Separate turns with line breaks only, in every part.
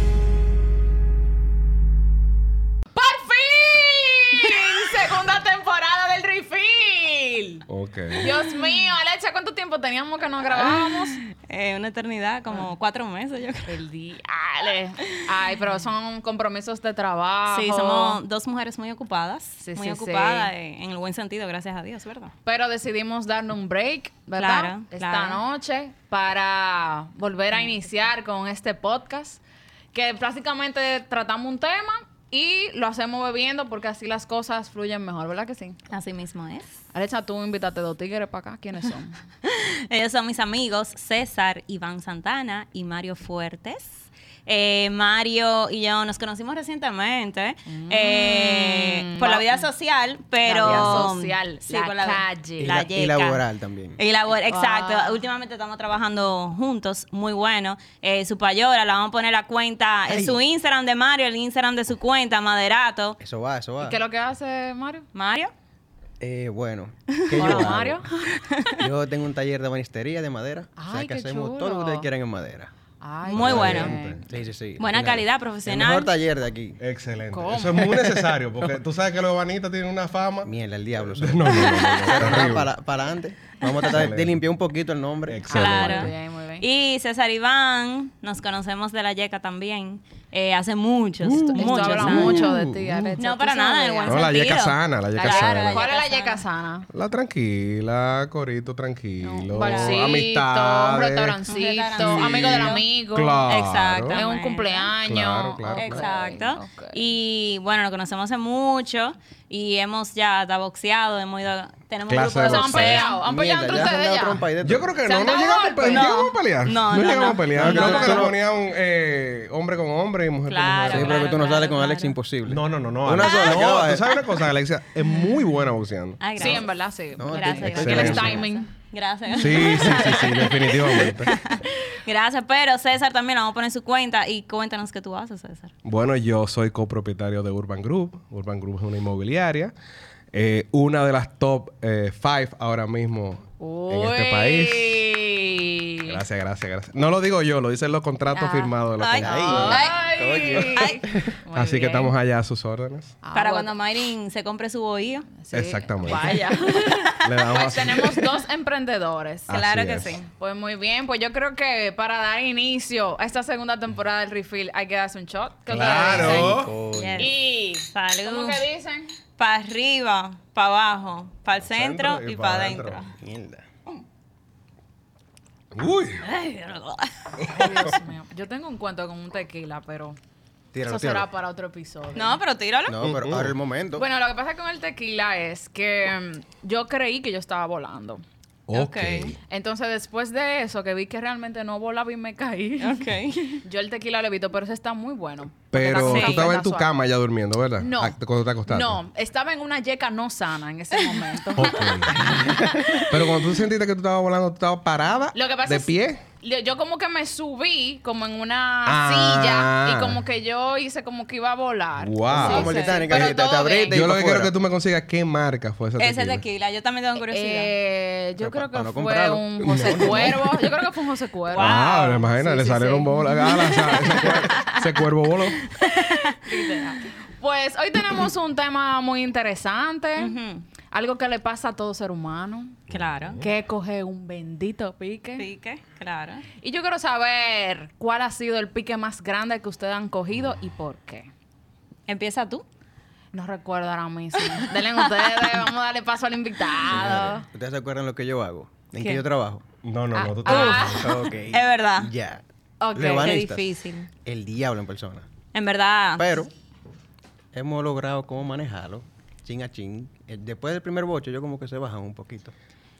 mil.
Ok.
Dios mío, Alecha, ¿cuánto tiempo teníamos que no grabábamos?
Eh, una eternidad, como cuatro meses, yo creo.
El día. Ay, pero son compromisos de trabajo.
Sí, somos dos mujeres muy ocupadas.
Sí,
muy
sí,
ocupadas,
sí.
eh, en el buen sentido, gracias a Dios, ¿verdad?
Pero decidimos darnos un break, ¿verdad?
Claro,
Esta
claro.
noche para volver a iniciar con este podcast que prácticamente tratamos un tema y lo hacemos bebiendo porque así las cosas fluyen mejor, ¿verdad que sí?
Así mismo es.
Alecha, tú invítate dos tigres para acá. ¿Quiénes son?
Ellos son mis amigos César, Iván Santana y Mario Fuertes. Eh, Mario y yo nos conocimos recientemente eh, por la vida social, pero...
Mm. vida social, la
por
calle.
Y,
la
la- y
yeca.
laboral también.
Y la buena-
Wow.
exacto. Últimamente estamos trabajando juntos, muy bueno. Eh, su payora, la vamos a poner la cuenta, eh,
Ay.
su Instagram de Mario, el Instagram de su cuenta, Maderato.
Eso va, eso va.
Ah.
¿Qué es lo que hace Mario?
Mario,
Eh, bueno, ¿qué yo
Hola,
hago?
Mario.
Yo tengo un taller de banistería de madera. o
Ay,
sea que
qué
hacemos
chulo. Eh,
todo lo que ustedes quieran en madera.
Ay,
Muy
qué
bueno.
bien.
Sí, sí, sí.
Buena
Mira,
calidad, profesional.
El mejor taller de aquí.
Excelente.
¿Cómo?
Eso es muy necesario porque tú sabes que los banistas tienen una fama.
Mierda, el diablo.
No, no, no, no, no,
Pero nada,
terrible.
para, para adelante. Vamos a tratar de- de,
Excelente.
limpiar un poquito el nombre.
Ah,
Excelente.
claro.
Muy bien, muy bien.
Y César Iván, nos conocemos de la Yeca también. eh, hace muchos,
Uh, Esto
muchos
habla
años.
mucho de ti, Alecha.
No,
Tú
para nada, el
sabías.
buen
No, la yeca
sentido.
sana, la yeca
Claro,
sana.
la
¿Cuál es la
yeca
yeca
sana.
sana?
La tranquila, corito tranquilo.
Un barcito, un
amistades.
restaurancito,
Sí.
amigo del amigo.
Claro.
Exacto.
Es un
Bueno.
cumpleaños.
Claro, claro,
Ok,
Exacto.
ok.
Y bueno, nos conocemos hace mucho y hemos ya hasta boxeado, hemos ido, tenemos
Clase
un
Se
de
grupo de
han
boxeo.
peleado, han peleado
Mierda,
entre
ya se han
ustedes
dado
ya.
trompa y de
Yo
todo.
creo que
Se
no,
han
no
dado
llegamos a
golpes.
pelear. No
No.
llegamos a pelear.
No, no,
llegamos
no.
a pelear.
No,
Creo
no,
que nos
no.
ponían eh, hombre con hombre y mujer
Claro,
Sí,
con mujer.
pero que tú no
claro,
sales con
claro.
Alex imposible.
No, no, no, no.
Una
Alexa.
sola, eh. que
No,
baje.
tú sabes una cosa, Alexia. Es muy buena boxeando.
Ay,
Sí,
Ah, gracias.
en verdad, sí.
No,
Gracias,
tiene-
gracias.
Excelente.
Tienes timing.
Gracias.
Sí, sí, sí, sí, definitivamente.
Gracias, pero César también la vamos a poner en su cuenta y cuéntanos qué tú haces, César.
Bueno, yo soy copropietario de Urban Group. Urban Group es una inmobiliaria. eh, una de las top eh, five ahora mismo en este país.
Uy.
Gracias, gracias, gracias. No lo digo yo, lo dicen los contratos
Ah.
firmados. de la
Ay,
compañía.
Ay.
Ay.
Muy
Así
bien.
que estamos allá a sus órdenes.
Ah,
Para
bueno.
cuando Mayrin se compre su bohío.
Sí,
Exactamente.
Vaya.
Le damos
Pues
así.
tenemos dos emprendedores.
Ah, Así
Claro que
es.
sí.
Pues muy bien, pues yo creo que para dar inicio a esta segunda temporada del refill hay que darse un shot. ¿Qué ustedes dicen?
Claro.
Yes.
Coño.
Y ¿Cómo
Salud.
que dicen?
Para arriba, para abajo, para el centro, y para
pa'
adentro.
adentro.
Mierda.
Uy.
Ay, Dios mío. Yo tengo un cuento con un tequila, pero
Tíralo,
eso será
tíralo.
para otro episodio.
No, pero tíralo.
No, pero ahora el momento.
Bueno, lo que pasa con el tequila es que mm, yo creí que yo estaba volando.
Ok.
Entonces, después de eso, que vi que realmente no volaba y me caí,
Ok.
yo el tequila lo evito, pero ese está muy bueno. Porque está
Pero
con
tú
café,
estabas en tu
está suave.
cama ya durmiendo, ¿verdad?
No.
Ah, Cuando te acostaste. Oh.
No, estaba en una yeca no sana en ese momento.
Ok. Pero cuando tú sentiste que tú estabas volando, tú estabas parada.
Lo que pasa
de
es-
pie.
Yo yo como que me subí como en una
Ah.
silla y como que yo hice como que iba a volar.
Wow.
Sí,
Como el
sí.
Titanic,
Pero
ahí te- te
todo
abriste
bien.
De ahí
Yo lo
pa'
que quiero
fuera.
que tú me consigas qué marca fue esa
Ese
tequila.
tequila, yo también tengo curiosidad.
Eh, yo
Pa-
creo que
pa no
fue
comprarlo.
un José Cuervo. Yo creo que fue un José Cuervo.
Ah, ahora imagina,
Sí,
le
sí,
salieron
sí.
bolas. Ah, la- ese, cuer- ese cuervo voló.
Pues hoy tenemos un tema muy interesante.
Ujú.
Algo que le pasa a todo ser humano.
Claro.
Que coge un bendito pique.
Pique, claro.
Y yo quiero saber cuál ha sido el pique más grande que ustedes han cogido y por qué.
Empieza tú.
No recuerdo ahora mismo. Denle ustedes, vamos a darle paso al invitado.
Señores, ¿Ustedes se acuerdan lo que yo hago? ¿En
¿Qué?
qué yo trabajo?
No, no, no, tú te
Ah.
Ok.
Es verdad.
Ya.
Ok, qué
Qué
Lebanistas.
difícil. Ah.
El diablo en persona.
En verdad.
Pero hemos logrado cómo manejarlo, chin a chin. Eh, Después del primer boche, yo como que se bajan un poquito.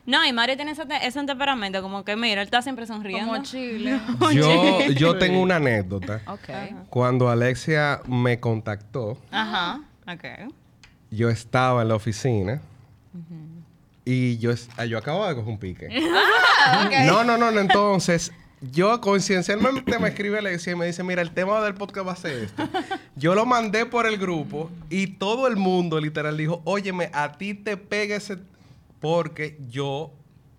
No, y Mario tiene ese, te- ese temperamento, como que mira, él está siempre sonriendo.
Como chile.
ah,
Yo, yo tengo una anécdota.
Ok.
Cuando Alexia me contactó,
Ajá. Ok.
yo estaba en la oficina y yo, es- ah, yo acababa de coger un pique. No, no, no, no. Entonces, yo coincidencialmente me escribe Alexia y me dice, mira, el tema del podcast va a ser esto. Yo lo mandé por el grupo y todo el mundo literal dijo, óyeme, a ti te pega ese... Porque yo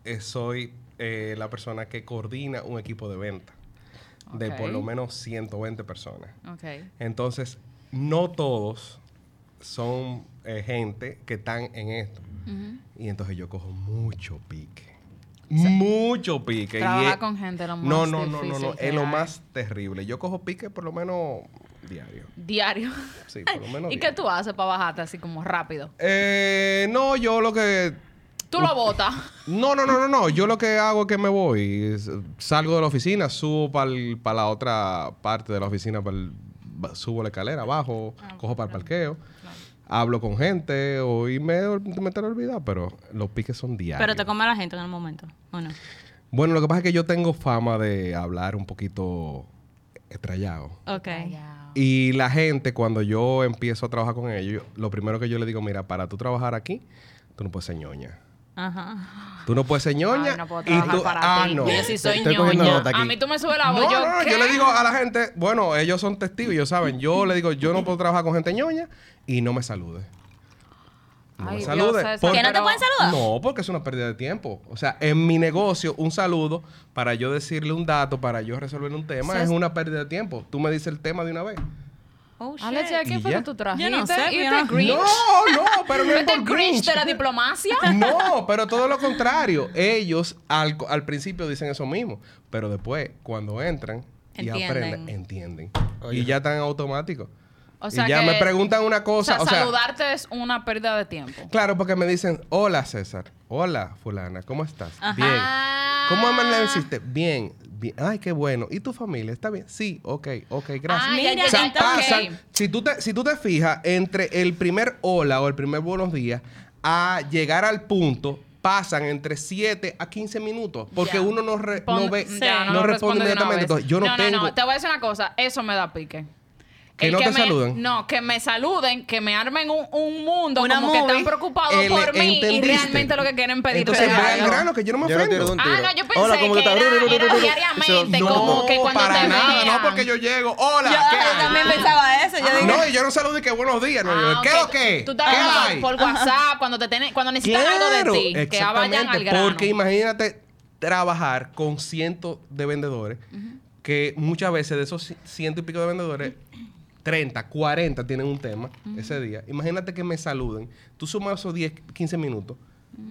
eh, soy eh, la persona que coordina un equipo de venta de por
Ok.
lo menos 120 personas.
Ok.
Entonces, no todos son eh, gente que están en esto. Y entonces yo cojo mucho pique. mucho pique. y
Trabajar
es-
con gente es lo más
no, no, no, no,
difícil
no,
que
es lo
hay.
más terrible. Yo cojo pique por lo menos diario.
Diario.
Sí, por lo menos.
¿Y qué
diario.
tú haces para bajarte así como rápido?
Eh, no, yo lo que
Tú lo botas.
No, no, no, no, no. Yo lo que hago es que me voy. Es- Salgo de la oficina, subo para la otra parte de la oficina, pa'l- ba- subo la escalera, bajo,
Ah,
cojo para el parqueo, hablo con gente o y me, me te lo olvidado, pero los piques son diarios.
Pero te come a la gente en el momento, ¿o no?
bueno, lo que pasa es que yo tengo fama de hablar un poquito estrellado.
Ok.
Ah.
Y la gente, cuando yo empiezo a trabajar con ellos, lo primero que yo le digo, mira, para tú trabajar aquí, tú no puedes ser ñoña.
Ajá.
Tú no puedes ser ñoña.
Ay, no puedo
y
trabajar
tú-
para
ah,
ti.
no.
Yo
sí soy
Estoy cogiendo
ñoña.
nota aquí.
A mí tú me subes la
No,
voz. yo,
no, no,
¿qué?
yo le digo a la gente, bueno, ellos son testigos, ellos saben. Yo le digo, yo no puedo trabajar con gente ñoña y no me salude. No
Ay,
me
Dios,
salude.
César,
porque-
¿Que no te
Pero-
pueden saludar?
No, porque es una pérdida de tiempo. O sea, en mi negocio, un saludo para yo decirle un dato, para yo resolver un tema,
César-
es una pérdida de tiempo. Tú me dices el tema de una vez.
Oh, shit.
Alex, ¿a
¿Y
¿qué fue
ya?
que tú trajiste?
Yo no sé,
¿Y
yo
este
no-
Grinch?
No, no, pero no es
¿Este
por
Grinch
Grinch.
de la diplomacia?
No, pero todo lo contrario. Ellos al, co- al principio dicen eso mismo, pero después, cuando entran y
Entienden.
aprenden, entienden.
Oye.
Y ya están automáticos.
O sea
y ya
que-
me preguntan una
O
cosa.
sea,
O sea,
saludarte es una pérdida de tiempo.
claro, porque me dicen, hola César, hola fulana, ¿cómo estás? Bien.
Ah.
¿Cómo amaneciste? Bien, bien. Ay, qué bueno. ¿Y tu familia? ¿Está bien? Sí, ok, ok, gracias.
Ah,
ya, ya,
o sea,
ya, ya,
pasan-
ok.
si, tú te, si tú te fijas, entre el primer hola o el primer buenos días a llegar al punto, pasan entre 7 a 15 minutos. Porque
Ya.
uno no, re-
Pon-
no ve,
sí,
no, responde
de una
inmediatamente.
vez.
Entonces, yo no, tengo.
No, te voy a decir una cosa. Eso me da pique.
¿Que
El
no te
me-
saluden?
No, que me saluden, que me armen un, un mundo
Una
como que
movie.
están preocupados
Eh,
por
le-
mí y
¿entendiste?
realmente lo que quieren pedir
Entonces,
es
ve al
algo.
grano, que yo no me
Yo no tiro de
ofendo.
un
Ah,
tiro.
no, yo pensé
Hola, ¿cómo tú
que
estás?
era- era diariamente,
No,
como que cuando
para
te
nada,
vean.
no, porque yo llego. Hola,
Yo,
¿qué
yo
hay?
también pensaba eso. Yo digo,
No, y yo no saludo y que buenos días. No,
Ah,
yo, ¿Qué
ok.
lo que?
Tú
¿Qué
estás hablando
hay?
por WhatsApp cuando, te tienen- cuando necesitan algo de ti. Que vayan al
exactamente,
grano.
Porque imagínate trabajar con cientos de vendedores que muchas veces de esos ci- ciento y pico de vendedores, 30, 40 tienen un tema ese día. Imagínate que me saluden. Tú sumas esos 10, 15 minutos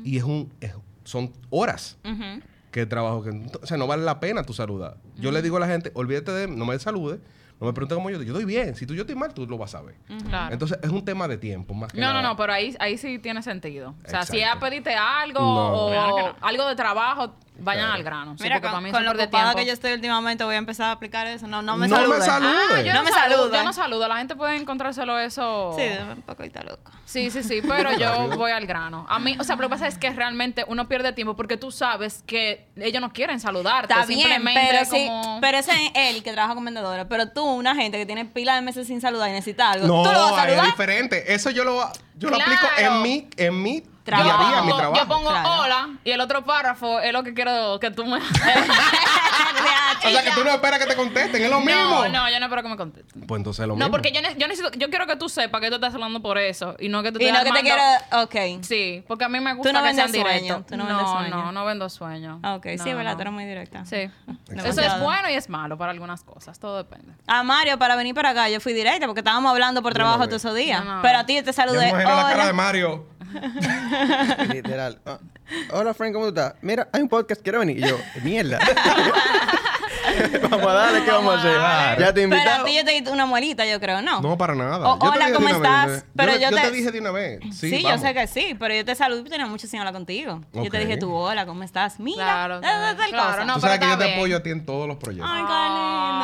y es un es- son horas
ujú.
que trabajo. Que, o sea, no vale la pena tu saludar. Yo le digo a la gente, olvídate de no me saludes, no me preguntes cómo yo estoy. Yo estoy bien. Si tú yo estoy mal, tú lo vas a ver.
Claro.
Entonces, es un tema de tiempo más que
No, no,
nada.
no, pero ahí, ahí sí tiene sentido. O sea, si ya
Exacto.
pediste algo
No.
o
Claro que no.
algo de trabajo, vayan al grano. Sí,
Mira,
porque para
con,
mí
con
eso
lo
pierde
ocupada
tiempo.
que yo estoy últimamente, voy a empezar a aplicar eso. No, no me
No me
saludes.
saludes.
Ah, yo
No
no,
me
saludo,
saludes.
Yo no saludo. La gente puede encontrárselo eso.
Sí, un poco está loco.
Sí, sí, sí, pero yo voy al grano. A mí, o sea, lo que pasa es que realmente uno pierde tiempo porque tú sabes que ellos no quieren saludarte.
Está bien,
simplemente
pero sí,
como...
pero ese es él que trabaja con vendedores. Pero tú, una gente que tiene pila de meses sin saludar y necesita algo,
No,
tú lo vas a
es
saludar.
diferente. Eso yo lo, yo lo
Claro.
aplico en mi, en mi
Trabajo.
día a día, en mi
pongo-
trabajo.
yo pongo
Claro.
hola y el otro párrafo es lo que quiero que tú me.
Ah,
o sea, que tú no esperas que te contesten, es lo mismo.
no, no, yo no espero que me contestes.
Pues entonces es lo
No,
mismo.
porque yo, ne- yo necesito, yo quiero que tú sepas que tú estás hablando por eso y no que tú
y
estés
no que te
armando-
quiero. Ok.
Sí, porque a mí me gusta
no
que sean
vendes sueño,
directos.
tú no vendes
no,
sueño.
no, no vendo sueños.
Ah, Ok, sí,
No,
verdad,
no.
tú eres muy directa.
Sí. Eso es
Demasiado.
bueno y es malo para algunas cosas, todo depende.
A Mario, para venir para acá, yo fui directa porque estábamos hablando por trabajo todos esos días.
No, no.
Pero a ti te
Yo
saludé.
me imagino la cara de
Hola.
Mario.
Literal. Ah, Hola, Frank, ¿cómo tú estás? Mira, hay un podcast, quiero venir. Y yo, mierda. vamos a darle, ¿qué vamos a hacer? Ya te he
Pero a
invitado.
ti yo te di una muelita, yo creo, ¿no?
No, para nada.
O-
Yo te
hola,
dije de
¿cómo
una vez,
estás?
yo-
Pero
yo,
yo
te...
te-
dije de una vez. Sí,
Sí, yo
vamos.
sé que sí, pero yo te saludé y tenía mucho sin hablar contigo. Yo te
Ok.
dije tú, hola, ¿cómo estás? Mira,
Claro,
da, da, tal
claro,
cosa.
no, pero
Tú sabes que
está
yo te
bien.
apoyo a ti en todos los proyectos.
Ay, qué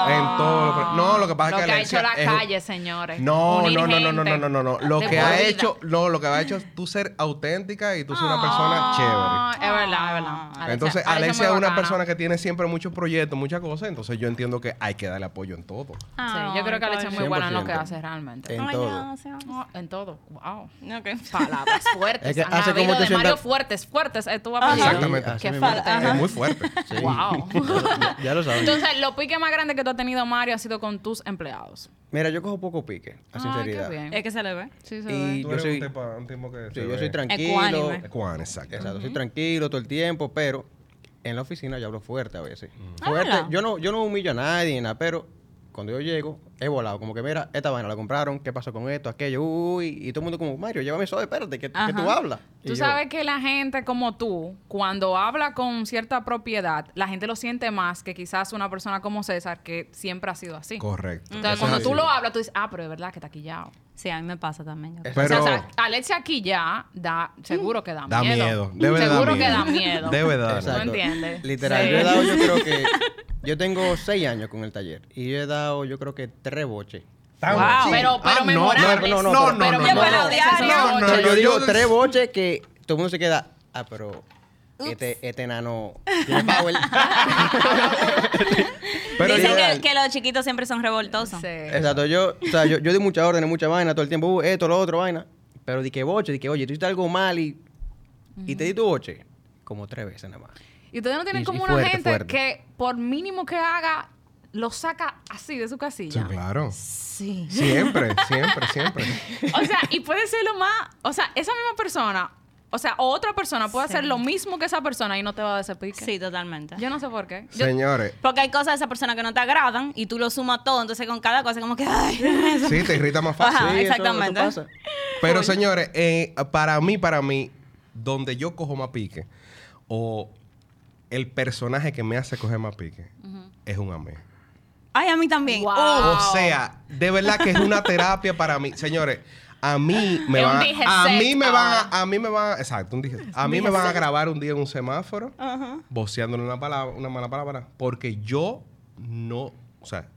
lindo.
En todo lo que- no, lo que pasa es
lo
que
que ha
Alexia
hecho la
es un-
calle, señores.
No,
Unir
no, no, no, no, no,
gente
no, no, no. Lo
de
que
por
ha
vida.
hecho, no, lo que ha hecho es tú ser auténtica y tú ser una persona chévere.
Ah, Es verdad, es verdad. Alexia-
Entonces,
Alexia
Alexia es
muy
una
bacana.
persona que tiene siempre muchos proyectos, muchas cosas, entonces yo entiendo que hay que darle apoyo en todo.
Ay,
Sí, yo creo que Alexia es muy buena en lo que
100%.
hace realmente.
Eh.
Ay,
en todo.
gracias.
No, En todo. Wow.
Ok.
Palabras fuertes.
Es que
Han
hace como
habido
te
de Mario
sientas-
fuertes, fuertes. eh, Es tu
Ah,
Ajá.
apellido.
Exactamente.
Así
Qué
mismo.
fuerte.
Ajá.
Es muy fuerte.
Sí.
Wow.
Ya- ya lo sabes.
Entonces, lo pique más grande que tú has tenido, Mario, ha sido con tus empleados.
Mira, yo cojo poco pique, a
Ay,
sinceridad. Eh,
qué bien.
Es que se le ve.
Sí, se ve.
Y yo soy,
que
sí, yo soy tranquilo.
Ecuánime.
Juan, exacto.
Exacto, soy tranquilo todo el tiempo, pero en la oficina yo hablo fuerte a veces.
Ah,
Fuerte,
¿verdad?
yo no, yo no humillo a nadie, ni nada, pero cuando yo llego, he volado. Como que, mira, esta vaina la compraron, ¿qué pasó con esto, aquello? Uy, y todo el mundo como, Mario, llévame eso, espérate, que, que
Ajá.
tú hablas. Y
Tú
yo,
sabes que la gente como tú, cuando habla con cierta propiedad, la gente lo siente más que quizás una persona como César, que siempre ha sido así.
Correcto.
Entonces,
Eso
cuando
es
tú
así.
lo hablas, tú dices, ah, pero es verdad que está quillado.
Sí, a mí me pasa también. yo creo.
Pero-
o sea, o sea, Alexia aquí ya da, seguro que da,
Da
miedo.
miedo. Debe dar
seguro
miedo.
que da miedo.
Debe
"Ah,
dar.
Exacto. ¿Tú entiendes?
Literal,
Sí.
yo he dado, yo creo que. Yo tengo seis años con el taller y yo he dado, yo creo que tres boches.
Tan-
Wow.
sí.
Pero- pero
Ah, no,
memorable.
No, no,
No,
no.
pero
no, no,
memorable.
no.
diario.
No, Ah, no,
O sea, yo
yo-
digo
yo-
tres boches que todo el mundo se queda. Ah, pero. Este, este nano tiene power.
Pero
Dicen
yo-
que, que los chiquitos siempre son revoltosos.
Sí.
Exacto, yo, o sea, yo, yo di muchas órdenes, mucha vaina todo el tiempo, uh, esto, lo otro, vaina. Pero di que boche, di que, oye, tú hiciste algo mal y, y te di tu boche. Como tres veces nada más.
Y ustedes no tienen
Y-
como
y
una
fuerte,
gente
fuerte.
que por mínimo que haga, lo saca así de su
Sí,
casilla.
claro.
Sí.
Siempre, siempre, siempre.
O sea, y puede ser lo más. O sea, esa misma persona, o sea, o otra persona puede
Sí.
hacer lo mismo que esa persona y no te va a dar ese pique.
Sí, totalmente.
Yo no sé por qué. Yo-
Señores,
Porque hay cosas de esa persona que no te agradan y tú lo sumas todo, entonces con cada cosa como que, ay, eso.
sí, te irrita más fácil.
Ajá,
Sí, eso- eso
exactamente.
pasa.
Pero señores, eh, para mí, para mí, donde yo cojo más pique, o el personaje que me hace coger más pique, es un amén.
Ay, a mí también.
Wow.
Uh,
O sea, de verdad que es una terapia para mí. Señores, a mí me
Es un
van
dije
a
set
mí me van
ahora.
a, a mí me van exacto, un dije- a mí me van a grabar un día en un semáforo
Ajá.
voceándole una palabra, una mala palabra, porque yo no, o sea,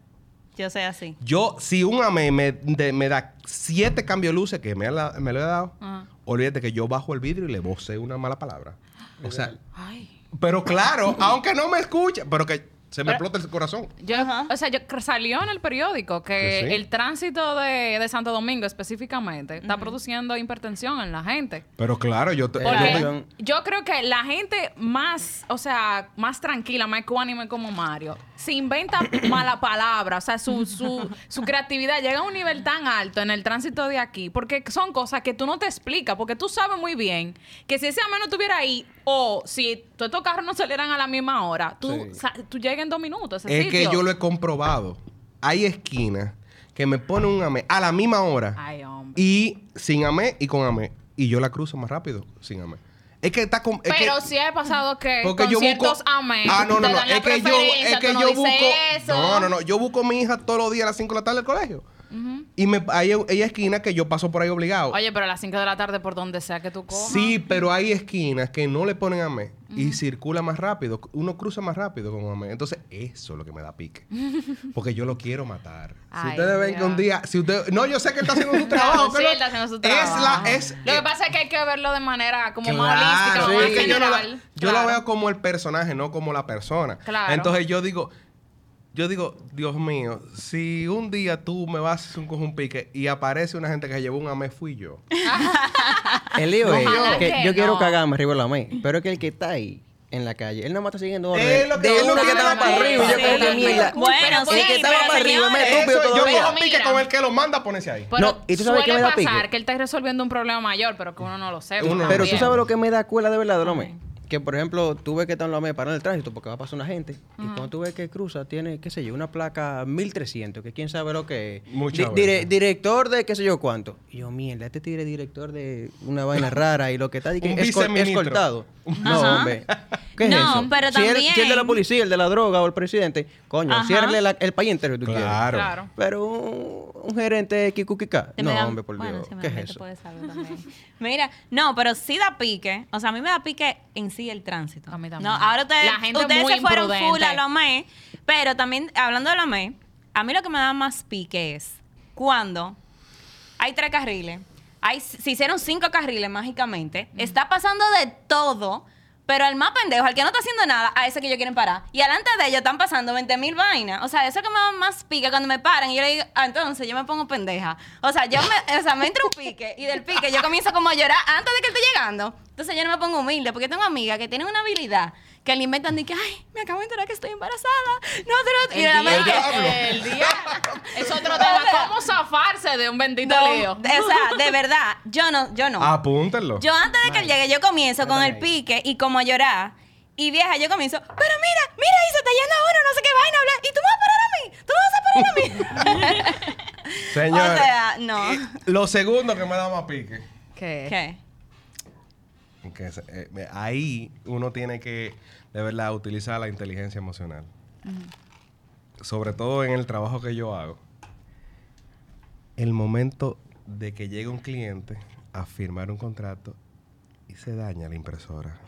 yo soy así.
yo si un amén me, de- me da siete cambios de luces que me, la- me lo he dado,
Ajá.
olvídate que yo bajo el vidrio y le voceo una mala palabra. O sea,
Ay.
pero claro, aunque no me escuche, pero que se me explota el corazón.
Yo,
Ajá.
o sea, yo salió en el periódico que
Que sí.
el tránsito de, de Santo Domingo específicamente está produciendo hipertensión en la gente.
Pero claro, yo te,
Eh,
yo te-
Porque yo creo que la gente más, o sea, más tranquila, más ecuánime como Mario, se inventa mala palabra, o sea, su, su, su creatividad llega a un nivel tan alto en el tránsito de aquí, porque son cosas que tú no te explicas, porque tú sabes muy bien que si ese amén no estuviera ahí, o si todos estos carros no salieran a la misma hora, tú,
Sí.
sa- tú llegas en dos minutos a ese
Es que
sitio.
yo lo he comprobado. Hay esquinas que me ponen un amé a la misma hora.
Ay, hombre.
Y sin amé y con amé. Y yo la cruzo más rápido sin amé. Es que está con. es que-
Pero sí ha pasado que
porque
con
yo
ciertos
busco.
amén
ah, no, no,
te
no.
dan la
Es que yo,
preferencia,
es que
tú no
yo
dices
busco.
eso.
No, no, no. Yo busco a mi hija todos los días a las 5 de la tarde del colegio. Y me, hay, hay esquinas que yo paso por ahí obligado.
Oye, pero a las 5 de la tarde, por donde sea que tú comas.
Sí, pero hay esquinas que no le ponen amé y circula más rápido. Uno cruza más rápido con amé. Entonces, eso es lo que me da pique. Porque yo lo quiero matar. si
Ay,
ustedes ven que un
Dios.
día, si usted, no, yo sé que él está haciendo su trabajo.
No, sí,
que no-
él está haciendo su
Es
trabajo.
la, es, eh,
Lo que pasa es que hay que verlo de manera como más holística,
Claro,
más
es que yo, no la-
general.
yo
Claro.
la veo como el personaje, no como la persona.
Claro.
Entonces yo digo, yo digo, Dios mío, si un día tú me vas a hacer un cojón pique y aparece una gente que se llevó un amé, fui yo.
El lío es
Ojalá
que
que
yo quiero
no.
cagarme arriba de la mesa, pero es que el que está ahí en la calle, él no más está siguiendo orden.
Es lo que- es
de
lo
uno
que
que estaba
yo
para
digo.
arriba, y yo
Sí,
creo que
pero-
mierda.
bueno,
el que
sí,
estaba
pero
para arriba es más
señores,
estúpido
Eso, yo
todavía.
cojo
Pero
pique
mira.
con el que lo manda, ponerse ahí.
Pero
No, ¿y tú sabes
suele
qué me da
pasar
pique?
que él está resolviendo un problema mayor, pero que uno no lo sepa.
Uno no lo
Pero tú
también.
sabes lo que me da cuela de verdad, de Lomé. Que por ejemplo, tú ves que están los me parando el tránsito porque va a pasar una gente. Y cuando tú ves que cruza, tiene, qué sé yo, una placa 1300, que quién sabe lo que es.
Mucha
Di- dire-
vaina.
director de qué sé yo cuánto. Y yo, mierda, este tigre es director de una vaina rara y lo que está di que
Un
es escol-
viceministro.
escoltado. No,
Ajá.
hombre. ¿Qué es
No,
eso?
pero
si el- si el de la
también-
policía, el de la droga o el presidente, coño,
Ajá.
ciérrale la- el país entero si tú quieres.
Claro.
Claro.
Pero un, un gerente kikukiká.
Se
No,
me da-
hombre, por
bueno,
Dios.
se me
¿Qué
da pique,
es eso?
puede saber también. Mira, no, pero sí da pique. O sea, a mí me da pique en sí el tránsito.
A mí también.
No, ahora ustedes,
La gente es
ustedes
muy
se fueron full
imprudente.
a Lomé, pero también, hablando de Lomé, a mí lo que me da más pique es cuando hay tres carriles, hay, se hicieron cinco carriles mágicamente, está pasando de todo, pero al más pendejo, al que no está haciendo nada, a ese que ellos quieren parar. Y adelante de ellos están pasando 20 mil vainas. O sea, eso que me da más pique cuando me paran y yo le digo, ah, entonces yo me pongo pendeja. O sea, yo me, o sea, me entra un pique y del pique yo comienzo como a llorar antes de que él esté llegando. Entonces yo no me pongo humilde porque tengo amigas que tienen una habilidad que le inventan de que, ay, me acabo de enterar que estoy embarazada. No, no, no. Y
El
nada más
día,
que-
el día es otro tema.
No, pero-
¿Cómo zafarse de un bendito
No,
lío?
o sea, de verdad, yo no, yo no.
Apúntenlo.
Yo antes de que él llegue, yo comienzo con el
Ahí.
pique y como a llorar. Y vieja, yo comienzo, pero mira, mira, y se está yendo uno, no sé qué vaina, bla, y tú me vas a parar a mí. mí! ¡Tú me vas a parar a mí!
Señor. Eh,
O sea, no.
Lo segundo que me da más pique.
¿Qué?
¿Qué?
que se- eh, eh, ahí uno tiene que, de verdad, utilizar la inteligencia emocional. Sobre todo en el trabajo que yo hago. El momento de que llega un cliente a firmar un contrato y se daña la impresora.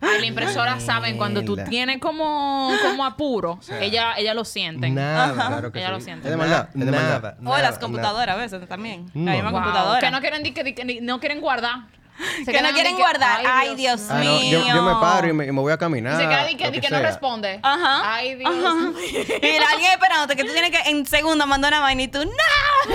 Ay, la impresora saben cuando tú
Mierda.
tienes como, como apuro, ella, ella lo sienten.
Nada.
Claro que
Ya
sí.
lo siento.
Es de maldad. Es de maldad.
Nada,
o las
nada,
computadoras a veces también.
No.
La misma
Wow,
computadora.
Que no quieren, di- que, di- que ni- no quieren guardar. Se
Que
quedan
no
di
quieren
que-
guardar. Ay, Dios
Ah, no, yo, yo me
mío.
paro y me, y me voy a
Y
caminar.
se queda di que,
lo
di
que
que no
sea.
responde.
Ajá.
Ay, Dios.
Ajá. Y la- alguien esperándote que tú tienes que en segundo mandar una vaina y tú ¡No!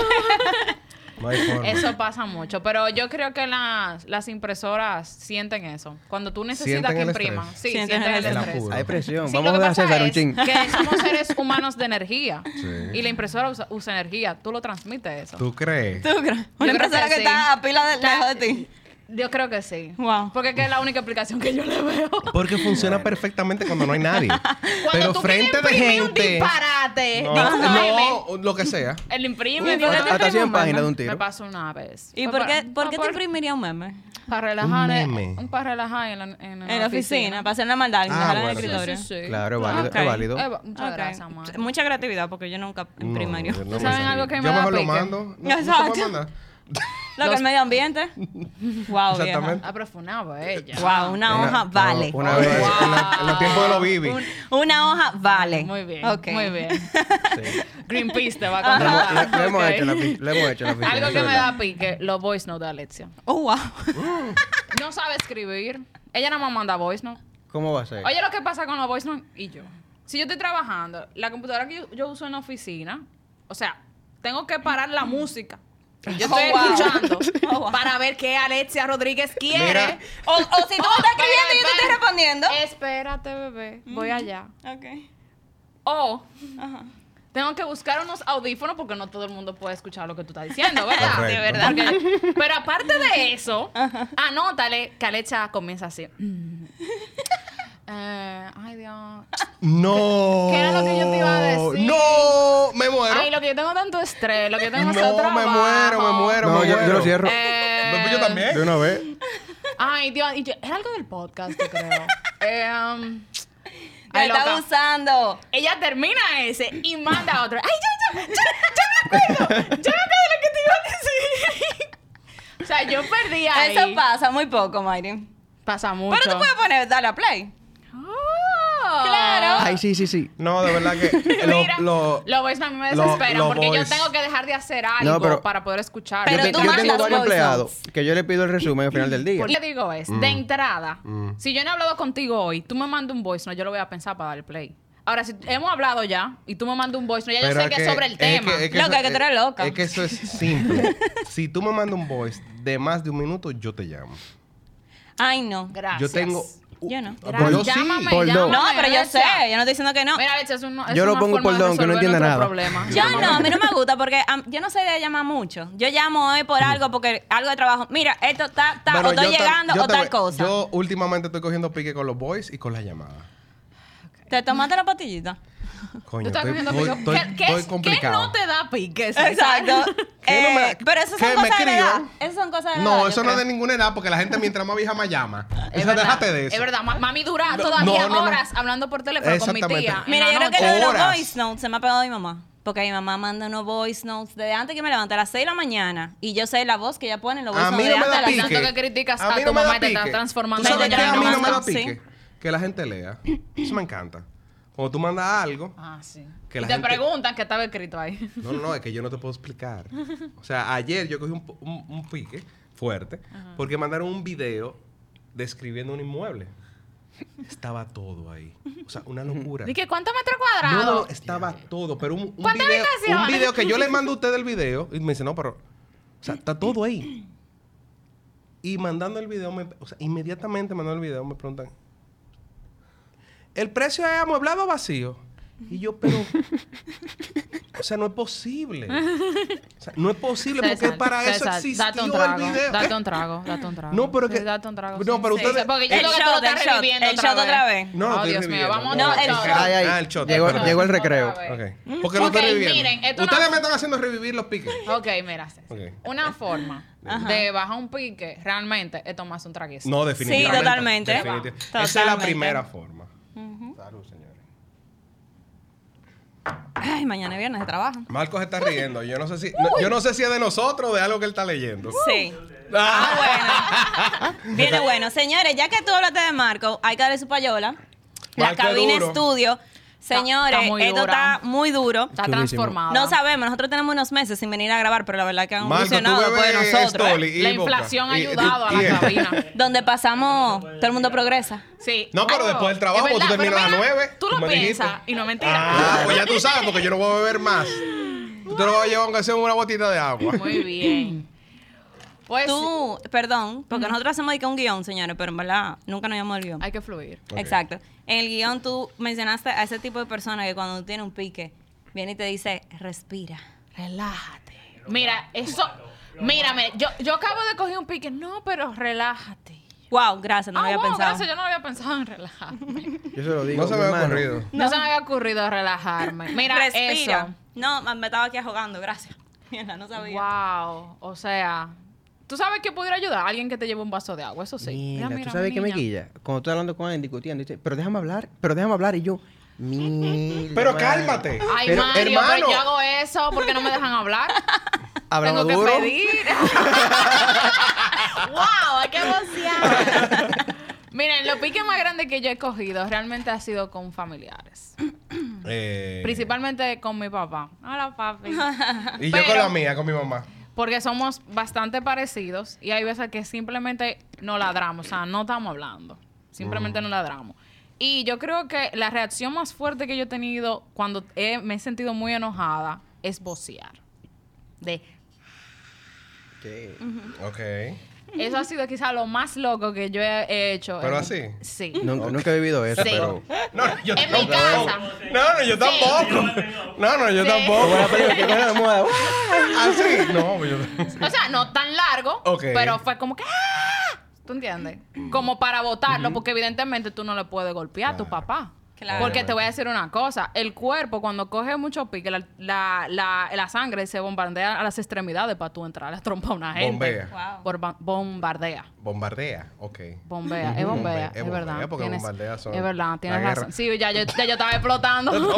No hay forma.
Eso pasa mucho, pero yo creo que las, las impresoras sienten eso. Cuando tú necesitas
Sienten
que
el
impriman,
estrés.
sí,
Sienten
sienten
el
el
estrés.
estrés.
apuro.
Hay presión.
Sí,
Vamos
lo
a
que
dejar
pasa
César un
es
chin.
que somos seres humanos de energía
Sí.
y la impresora usa, usa energía, tú lo transmites eso.
¿Tú crees?
¿Tú crees?
creo
Una impresora
que
que,
sí.
está a pila de,
Está-
lejos de ti.
Yo creo que sí.
Wow.
Porque es que es la única explicación que yo le veo.
Porque funciona perfectamente cuando no hay nadie.
Cuando
Pero
tú
frente
quieres
de
imprimir un eh,
gente.
disparate,
No,
discúlpeme,
no, lo que sea.
el imprime.
Uy,
mira,
¿por
Hasta,
qué te
hasta 100
imprimen,
páginas de
mano?
un
me
tiro.
pasó una vez.
¿Y
Fue
por
pa-
qué, por
pa-
qué te
por-
imprimiría un meme?
Para relajar,
Un meme.
eh, un para relajar en la, en la
En la oficina, para hacer una maldad, y
Ah,
dejarla en el
bueno.
escritorio.
Sí, sí, sí.
Claro, es válido.
Ok.
Es válido.
Eh, va- muchas
Ok.
gracias, Mar.
Mucha creatividad, porque yo nunca
No,
imprimaría.
no me
¿Saben
sale.
algo que me
Yo
da
mejor lo
pique?
mando. No, no se
Exacto.
puede mandar.
Lo que el medio ambiente. wow, vieja.
Exactamente.
Ha profundado ella.
Wow, una hoja
no,
vale.
una
Una vez,
vez.
en la- en los tiempos de los bibis.
Una hoja vale.
Muy bien.
Ok.
Muy bien.
Sí.
Greenpeace te va a
Lo hemos-
contar.
lo- lo hemos
Ok.
hecho en la pi- lo hemos hecho en la oficina,
Algo
eso
que
es
me
verdad.
da pique, los voice notes de Alexia.
Oh, wow.
No sabe escribir. Ella nada más manda voice note.
¿Cómo va a ser?
Oye, lo que pasa con los voice notes y yo. Si yo estoy trabajando, la computadora que yo, yo uso en la oficina, o sea, tengo que parar la música. que Yo
Oh,
estoy
wow.
escuchando
Oh, wow.
para ver qué Alexia Rodríguez quiere.
Mira.
O, o si tú me estás escribiendo y yo te estoy
Espera,
respondiendo.
Espérate, bebé. Voy allá.
Ok.
O
Ajá.
tengo que buscar unos audífonos porque no todo el mundo puede escuchar lo que tú estás diciendo, ¿verdad?
Correcto.
De verdad. Porque- pero aparte de eso, anótale que Alecha comienza así. Mm. Eh, ay, Dios.
No.
¿Qué era lo que yo te iba a decir?
No, me muero.
Ay, lo que yo tengo tanto estrés, lo que yo tengo
no,
tanto trabajo.
me muero, me muero,
No,
me
yo,
muero.
yo lo cierro.
Eh,
No, pues yo también.
De una vez.
Ay, Dios. Y yo- era algo del podcast, yo creo. Eh, um,
Te
ay,
está
loca.
usando.
Ella termina ese y manda otro. ¡Ay, yo, yo, yo, yo me acuerdo! ¡Yo me acuerdo de lo que te iba a decir! o sea, yo perdí ahí.
Eso pasa muy poco, Mayrin.
pasa mucho.
Pero tú puedes poner, dale a play.
¡Oh!
Claro.
Ay, sí, sí, sí.
No, de verdad que lo,
Mira,
lo-
lo voice a mí me
lo-
desesperan
lo
porque yo
voice.
tengo que dejar de hacer algo
No, pero-
para poder escuchar.
Pero
yo te-
tú
yo
mandas
tengo
un
varios
voice
empleados que yo le pido el resumen al final del día.
¿Por qué digo es?
Mm.
De entrada, si yo no he hablado contigo hoy, tú me mandas un voice, no, yo lo voy a pensar para darle play. Ahora, si hemos hablado ya y tú me mandas un voice, no, ya yo
Pero
sé que es sobre el
es
tema.
es
Loca,
eso-
que tú eres loca.
Es que eso es simple. si tú me mandas un voice de más de un minuto, yo te llamo.
Ay, no.
Gracias.
Yo tengo.
Yo no.
Por
Gracias.
Dios, sí.
Llámame,
Por dos.
llámame,
No, pero yo sé.
Alexa.
Yo no estoy diciendo que no.
Mira, Alexa, es una, es
Yo lo
una
pongo
forma
por
de
don, que no
resolver
entiende
nuestro
nada.
problema.
Yo no, a mí no me gusta porque am, yo no soy de llamar mucho. Yo llamo hoy por algo porque algo de trabajo. Mira, esto está, está,
Bueno,
o estoy
yo tam-
llegando
yo
o
te
tal
voy-
cosa.
Yo últimamente estoy cogiendo pique con los boys y con las llamadas.
¿Te tomaste la pastillita?
Coño,
Tú estás
estoy,
cogiendo
estoy,
pique. ¿Qué-
estoy-
qué
estoy
es-
complicado.
¿Qué no te da pique? César?
Exacto.
¿Qué no me-
Eh, pero eso son
qué me
cosas de la
crió?
edad. Esas son cosas de la edad,
No,
yo
eso no es de
creo.
ninguna edad, porque la gente mientras más vieja más llama.
Es
Eso,
verdad,
déjate de eso.
Es verdad, ma- mami dura
No,
todavía
no, no, no.
horas hablando por teléfono con mi
Exactamente.
tía. en
Mira,
la
yo creo que
noche.
lo de los
Horas.
voice notes se me ha pegado mi mamá. Porque mi mamá manda unos voice notes desde antes que me levante a las 6 de la mañana. Y yo sé la voz que ella pone en los voice
A mí
notes
no
de
me
antes
da
de
Tanto
las
pique.
que criticas
a
a
mí
tu
no me
mamá
da
y te estás
pique.
transformando
¿Tú sabes
en
qué a mí no me da
Sí.
pique? Que la gente lea. Eso me encanta. Cuando tú mandas algo...
Ah, sí.
Que
Y
la
te
gente-
preguntan qué estaba escrito ahí.
No, no, no, es que yo no te puedo explicar. O sea, ayer yo cogí un, po- un- un pique fuerte porque mandaron un video describiendo un inmueble. Estaba todo ahí. O sea, una locura.
Dije, ¿cuánto metro
No, no,
cuadrado?
no, estaba todo, pero un, un
¿Cuántas
video, un
habitaciones?
video que yo le mando a usted el video y me dice, no, pero, o sea, está todo ahí. Y mandando el video, me- o sea, inmediatamente mandando el video me preguntan, ¿el precio es amueblado o vacío? Y yo, pero. o sea, no es posible. O sea, no es posible porque
César,
para eso
César,
existió
date un
el
trago,
video.
Date un trago, date un trago.
No, pero
Sí,
que-
Date un trago.
No, pero ustedes-
porque yo
El
creo que tú
shot,
lo
el
estás
shot,
reviviendo
el shot otra vez.
No, lo
Oh,
estoy
Dios mío,
reviviendo,
vamos
No, el shot.
Ah, el shot.
Llegó,
perdón.
llegó el
Otra
recreo.
vez.
Ok. Porque lo
Ok,
estoy reviviendo.
miren, esto no-
Ustedes me están haciendo revivir los piques.
Ok, mira, César.
Ok.
Una forma
Ajá.
de bajar un pique realmente es tomarse un traguito.
No, definitivamente.
totalmente.
Definitiv- Esa es la
Totalmente.
primera forma. Salud, señores.
Ay, mañana es viernes de trabajo.
Marcos está riendo. Yo no sé si, no- yo no sé si es de nosotros o de algo que él está leyendo.
Sí.
Ah,
Ah, bueno. Viene bueno. Señores, ya que tú hablaste de Marco, hay que darle su payola. La
Marco es
cabina
duro.
estudio. Señores,
está muy
esto
dura.
está muy duro.
Está
Chulísimo.
transformado.
No sabemos, nosotros tenemos unos meses sin venir a grabar, pero la verdad que han
Marcos, tú
evolucionado después de
bebes
nosotros.
Stoli
¿eh?
y
La
vodka.
inflación ha
Y- y-
ayudado a
y-
la cabina.
Donde pasamos, todo el mundo progresa.
Sí.
No, pero después del trabajo,
Es
tú
verdad,
terminas
pero
a las
mira,
9.
Tú lo piensas y no es mentira.
Ah, pues ya tú sabes, porque yo no voy a beber más. Tú te lo vas a llevar aunque sea una botita de agua.
Muy bien. Pues
Tú, perdón, porque nosotros hacemos de que un guión, señores, pero en verdad nunca nos llamamos el guión.
hay que fluir.
Ok.
Exacto. En el guión tú mencionaste a ese tipo de persona que cuando tiene un pique, viene y te dice, respira.
Relájate. Mira, eso. Mírame, yo, yo acabo de coger un pique. No, pero relájate.
Wow, gracias, no
Ah,
lo había
wow,
pensado.
gracias, yo no había pensado en relajarme.
Yo se lo digo.
No se
mi
me ha
hermano.
ocurrido.
No se me había ocurrido relajarme. Mira,
respira.
eso.
No, me me estaba aquí ahogando, gracias. Mierda, no sabía.
Wow, o sea, tú sabes que pudiera ayudar alguien que te lleve un vaso de agua, eso sí.
Mierda,
Mira, mira,
¿tú sabes qué me
niña.
guilla? Cuando estoy hablando con alguien, discutiendo, dice, pero déjame hablar, pero déjame hablar. Y yo, mierda.
Pero
mano.
cálmate.
Ay,
Pero,
Mario,
hermano.
pero yo hago eso porque no me dejan hablar.
Hablando
Tengo que
duro.
pedir. wow, hay que emoción. Miren, los piques más grandes que yo he cogido realmente ha sido con familiares.
Eh,
Principalmente con mi papá. Hola, papi.
Y yo
Pero-
con la mía, con mi mamá.
Porque somos bastante parecidos y hay veces que simplemente no ladramos, o sea, no estamos hablando, simplemente no ladramos. Y yo creo que la reacción más fuerte que yo he tenido cuando he- me he sentido muy enojada es vocear. De,
¿Qué?
Ok.
eso ha sido quizá lo más loco que yo he, he hecho.
¿Pero
en-
así?
Sí.
Nunca, nunca he vivido eso,
Sí.
pero...
No, no, yo
En mi
tampoco.
casa.
No, no, yo tampoco. No, no, yo
Sí.
tampoco.
¿Qué cosa de moda?
Así. No, yo.
O sea, no tan largo,
Ok.
pero fue como que... ¡ah! ¿Tú entiendes? Como para votarlo, porque evidentemente tú no le puedes golpear a tu papá.
Claro.
Porque te voy a decir una cosa, el cuerpo cuando coge mucho pique, la, la, la, la sangre se bombardea a las extremidades para tú entrar a la trompa a una gente.
Bombea.
Wow.
Por ba- bombardea.
Bombardea. Ok.
Bombea, es bombea, es,
bombea,
verdad.
porque
tienes-
bombardea son
es verdad, tienes
la guerra.
razón. Sí, ya yo, ya yo estaba explotando.
Tú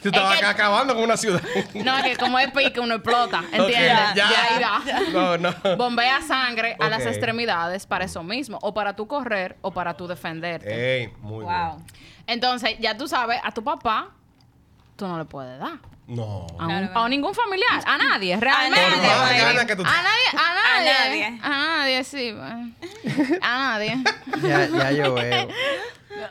Es
estabas
que-
acabando con una ciudad.
no, es que como es pique, uno explota. ¿Entiendes?
Ok,
Ya,
ya.
ahí va.
No, no.
Bombea sangre a las
Ok.
extremidades para eso mismo, o para tú correr o para tú defenderte.
Ey, muy
Wow.
Entonces, ya tú sabes, a tu papá tú no le puedes dar.
bien. No.
A, un-
Claro,
a ningún familiar, a nadie, realmente.
nadie,
Por más
María.
ganas que tú
A nadie, a nadie.
A nadie.
A nadie, sí. bueno. A nadie.
Ya, ya yo veo.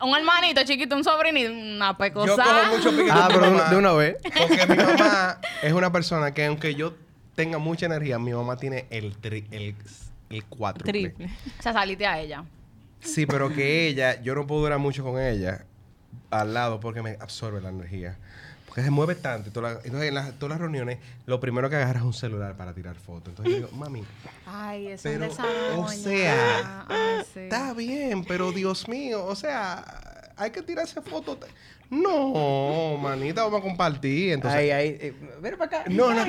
Un hermanito chiquito, un sobrinito, una
Yo cojo
pecosa.
mucho piquito
Ah,
con mi
pero de una-
mamá,
de una vez.
Porque mi mamá es una persona que aunque yo tenga mucha energía, mi mamá tiene el tri, el, el cuádruple.
Triple.
O sea, salite a ella.
Sí, pero que ella, yo no puedo durar mucho con ella al lado porque me absorbe la energía. Porque se mueve tanto. y toda la- entonces, en las, todas las reuniones, lo primero que agarras es un celular para tirar fotos. Entonces, yo digo, mami,
Ay, es
un Pero,
un
desarrollo. o sea, está bien, pero Dios mío, o sea, hay que tirarse fotos. No, manita, vamos a compartir. Entonces,
Ahí, ahí. eh, Ven para acá.
No, no.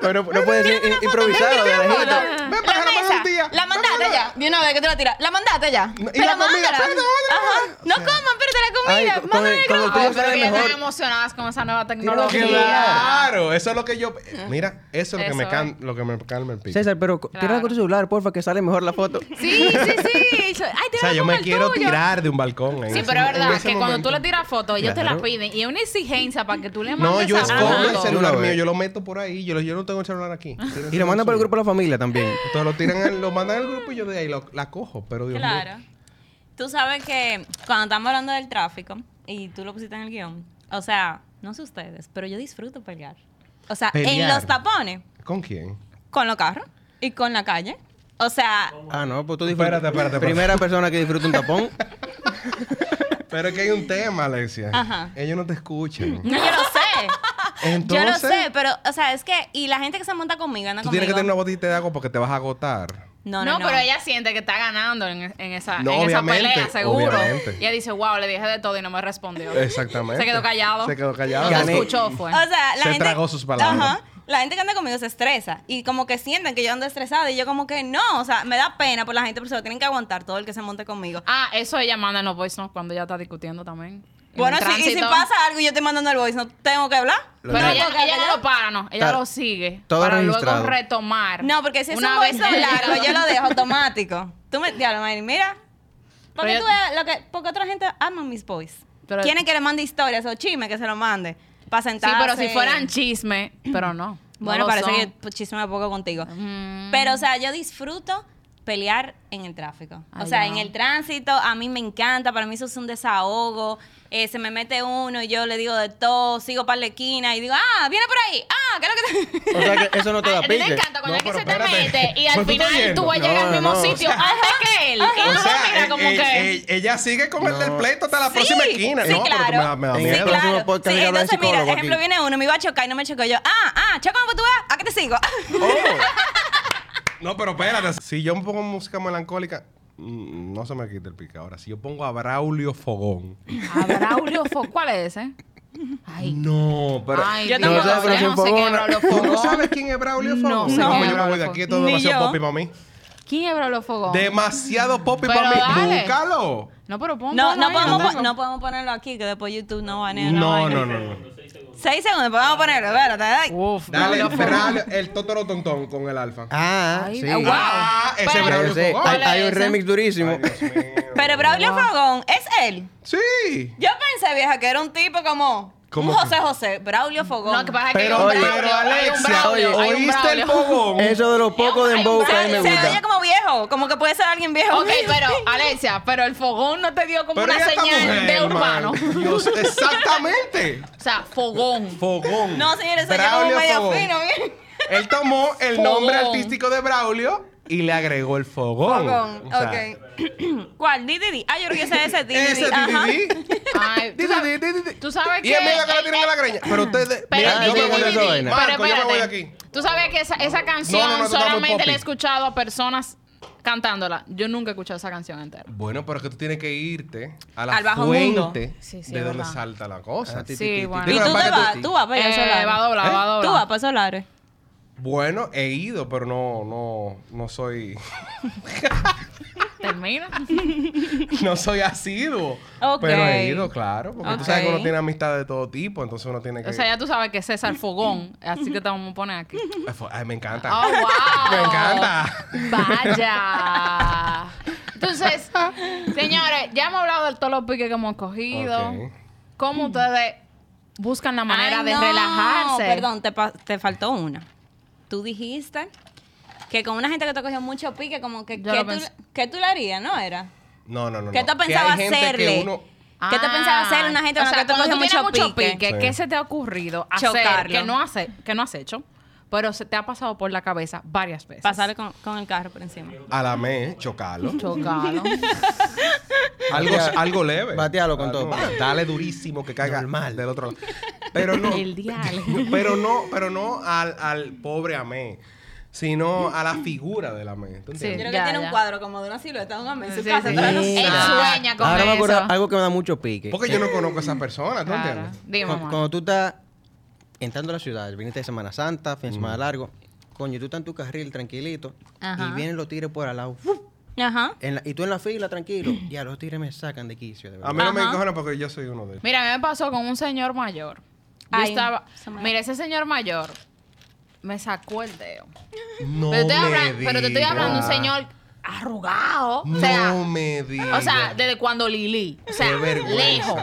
Pero no puede ser i- improvisado de lejito.
Ven para acá, vamos un día.
la mandaste
Vamos,
ya. De una vez que tú la tiras. La mandaste ya.
No, y
Pero
la comida,
mándala.
espérate, vamos a
Ajá. No coman,
Ay,
espérate la comida.
con- con
Mándala
el-
el
con el
grupo.
tuyo
Ay,
sale
pero que ya
mejor.
están emocionadas con esa nueva tecnología.
Claro, eso es lo que yo. Mira, eso es lo que me
Eso
can, lo que me calma el pico.
César, pero tira
Claro.
con tu celular, porfa, que sale mejor la foto.
Sí, sí, sí. Yo- Ay,
o sea,
tírala
yo
con
me
el
quiero
tuyo.
tirar de un balcón. en
Sí,
ese-
pero es
en
verdad
ese
que cuando
momento.
tú le tiras fotos, ellos te la
Claro.
piden. Y es una exigencia para que tú le
No,
mandes
yo
a
escondo el
foto.
celular
Una
mío,
vez.
yo lo meto por ahí. Yo, lo- yo no tengo el celular aquí.
Y lo mandan por el grupo de la familia también.
Entonces lo tiran, al- lo mandan al grupo y yo de ahí lo- la cojo. Pero Dios mío.
Claro. Tú sabes que cuando estamos hablando del tráfico, y tú lo pusiste en el guión, o sea, no sé ustedes, pero yo disfruto pelear. O sea, en
Pelear.
los tapones,
¿Con quién?
con los carros y con la calle. O sea,
Ah, no, pues tú disfrutas.
Espérate, espérate, espérate.
Primera persona que disfruta un tapón.
Pero es que hay un tema, Alexia.
Ajá.
Ellos no te escuchan.
No, yo lo sé.
Entonces,
yo lo sé, pero, o sea, es que. Y la gente que se monta conmigo anda
tú
conmigo.
tienes que tener una botita de agua porque te vas a agotar.
No, no, no.
pero ella siente que está ganando en, en esa,
No,
en esa
obviamente,
pelea, seguro.
obviamente.
Y ella dice, wow, le dije de todo y no me respondió.
Exactamente.
Se quedó callado.
Se quedó callado.
No te
Gané.
escuchó, fue.
O sea, la
Se
gente.
tragó sus palabras.
Ajá. La gente que anda conmigo se estresa y como que sienten que yo ando estresada y yo como que no, o sea, me da pena por la gente, pero se lo tienen que aguantar todo el que se monte conmigo.
Ah, eso ella manda en los voice notes cuando ya está discutiendo también. En
Bueno,
el
si, y si
tránsito.
pasa algo y yo te mandando el voice, no tengo que hablar.
Pero
Lo-
ella,
Porque
ella no
ya-
lo para, no. Ella
Claro.
lo sigue.
Todo
para
registrado.
luego retomar.
No, porque si es
Una
un voice
vez-
largo, yo lo dejo automático. Tú me diablo, Mari, mira. Porque
Pero
tú
yo-
veas lo que porque otra gente ama mis voice.
Pero-
Quieren que le mande historias o chisme que se lo mande para
Sí,
sentarse.
pero si fueran chisme, pero no. No
Bueno,
lo
parece
son.
que pues, chisme poco contigo.
Mm.
Pero, o sea, yo disfruto pelear en el tráfico.
Ah,
o sea,
ya.
en el tránsito, a mí me encanta, para mí eso es un desahogo. Eh, se me mete uno y yo le digo de todo, sigo para la esquina y digo, ah, viene por ahí, ah, ¿qué es lo que te...
O sea que eso no te
Ah,
da
A ti te
pique.
encanta cuando
No,
es que
pero
se te
espérate.
mete y al
Pues tú estás
final tú
yendo.
vas a llegar al
No,
mismo
no, o
sitio antes que él. Y
O
tú lo
sea,
miras
eh,
como
eh,
que...
eh, ella sigue con el del pleito hasta la
Sí,
próxima esquina.
Sí,
no,
claro.
pero tú me da, me da
sí,
miedo.
El
claro.
próximo podcast
Sí,
voy a hablar de
entonces, mira,
psicólogo
ejemplo,
aquí.
viene uno, me iba a chocar y no me chocó. Yo, ah, ah, chocame pues tú vas, ¿a qué te sigo?
Oh.
No, pero espérate. Si yo pongo música melancólica, mm, no se me quita el pique. Ahora, si yo pongo a Braulio Fogón.
A Braulio Fo- ¿cuál es ese? Ay,
No, pero.
ay,
yo
Dios,
tampoco sé,
yo
pero
no sé quién es Braulio
¿Tú no
Fogón.
sabes quién es Braulio
No, no.
Fogón? No, yo me voy
Braulio
de aquí. Esto es
Fogón.
demasiado
Ni yo.
poppy para mí.
¿Quién es Braulio Fogón?
Demasiado poppy
Pero
para mí.
dale.
Búscalo.
No, pero pon
No,
ponlo
no
ahí,
podemos,
ponlo.
po- no podemos ponerlo aquí, que después YouTube no va a
No, no, no. no.
Seis segundos, pues vamos a ponerlo, espérate. ay.
Uf,
Dale,
Braulio Fogón.
Braulio, el Totoro Tontón con el alfa.
Ah,
Ay,
sí.
ah, guau.
Ah,
Pero-
ese es
Yo
Braulio
sé,
Fogón.
hay, hay
¿Cuál
un
es
remix durísimo.
Ay, Dios mío.
Pero Braulio
Ah.
Fogón, ¿es él?
Sí.
Yo pensé, vieja, que era un tipo como...
¿Cómo
un
que?
José José, Braulio Fogón.
No, que pasa es que
Pero,
hay un
oye,
Braulio,
pero
hay un
Alexia,
Braulio,
oye,
hay un
¿oíste el
Braulio.
fogón?
Eso de los pocos de
O
Embow que
sea,
a mí me
Ah, se
gusta.
oye como viejo, como que puede ser alguien viejo.
Ok, pero Alexia, pero el fogón no te dio como
Pero
una
ella está
señal
mujer,
de
man.
urbano.
Dios, exactamente.
O sea, fogón.
Fogón.
No, señores, soy yo como
Braulio
medio
Fogón.
fino, bien.
Él tomó el nombre
Fogón.
artístico de Braulio y le agregó el fogón.
Fogón,
Oh, O sea,
ok. ¿Cuál? DDD. Ah, yo creo que ese es ese DDD.
Ese
Ajá.
DDD.
Ay, tú sabes- tú sabes
Y es
que-
medio que lo tienen a la greña. Pero ustedes.
Pero
Mira, yo
di,
me
di,
voy de
di,
esa
di.
vaina.
Pero
Marco, yo me voy de
espérate.
aquí.
Tú sabes que esa, esa canción
no, está muy
solamente la he
poppy.
escuchado a personas cantándola. Yo nunca he escuchado esa canción entera.
Bueno, pero es que tú tienes que irte a la
Al bajo
fuente
mundo.
Sí, sí,
de
es
donde
verdad.
salta la cosa.
Ah, ti, ti,
Sí,
ti,
bueno.
ti,
¿Y
ti,
Pero
tú
pa,
te
que
vas?
ti.
¿Tú vas para allá
Eh,
Solares?
va a doblar,
¿Eh?
va a doblar.
¿Tú vas para Solares?
Bueno, he ido, pero no, no, no soy,
Termina.
no soy asiduo.
Ok.
Pero he ido, claro, porque tú sabes que
Ok.
uno tiene amistad de todo tipo, entonces uno tiene que.
o sea, ya tú sabes que César Fogón. Así que te vamos a poner aquí.
Ay, fue- ay, me encanta.
¡Oh, wow!
Me encanta.
Oh, Vaya. Entonces, señores, ya hemos hablado de todos los piques que hemos cogido.
Ok.
¿Cómo ustedes buscan la manera
Ay,
de
no,
relajarse?
Perdón, te, pa- te faltó una. Tú dijiste que con una gente que te cogió mucho pique, como que,
Yo
que
lo
tú,
pensé.
que tú le harías, ¿no era?
No, no, no.
¿Qué
no.
tú
Que hay
pensabas
gente que
hacerle?
uno-
¿Qué te
Ah,
pensabas hacer una gente
o
con la
sea,
que te
cuando
cogió
tú tienes
mucho,
mucho pique?
pique?
¿Qué
Sí.
se te ha ocurrido hacer
Chocarlo.
que no, hace, que no has hecho, pero se te ha pasado por la cabeza varias veces?
Pasarle con, con el carro por encima.
A la me, chocarlo.
Chocarlo.
Algo,
Batea-
algo leve.
batealo con todo.
Algo- Dale durísimo que caiga
Normal.
del otro lado. Pero no.
El dial.
pero no, pero no al, al pobre Amé, sino a la figura del Amé. ¿Tú
Yo
entiendes?
creo
Ya,
que tiene
ya.
un cuadro como de una silueta de un hombre en su
Sí,
casa.
sí.
atrás de
Él
nosotros.
sueña con
Ahora me acuerdo
eso.
algo que me da mucho pique.
Porque yo no conozco a esa persona, ¿tú
Claro.
entiendes?
Dime,
Cu-
amor.
Cuando tú estás entrando a la ciudad, viniste de Semana Santa,
Mm.
fin de semana largo, coño, tú estás en tu carril tranquilito
Ajá.
y vienen los tigres por al lado. ¡fuf!
Ajá.
En la- y tú en la fila tranquilo.
Mm.
ya, los tigres me sacan de quicio, de
A
verdad.
mí no me
Ajá.
cojan porque yo soy uno de ellos.
Mira, a mí me pasó con un señor mayor. Yo
Ay,
estaba.
se me-
Mira, ese señor mayor me sacó el dedo.
No
pero, te estoy
me
hablan- pero te estoy hablando de un
digas.
señor arrugado.
No
o sea,
me digas.
o sea, desde cuando Lili. O sea,
Qué vergüenza.
lejos.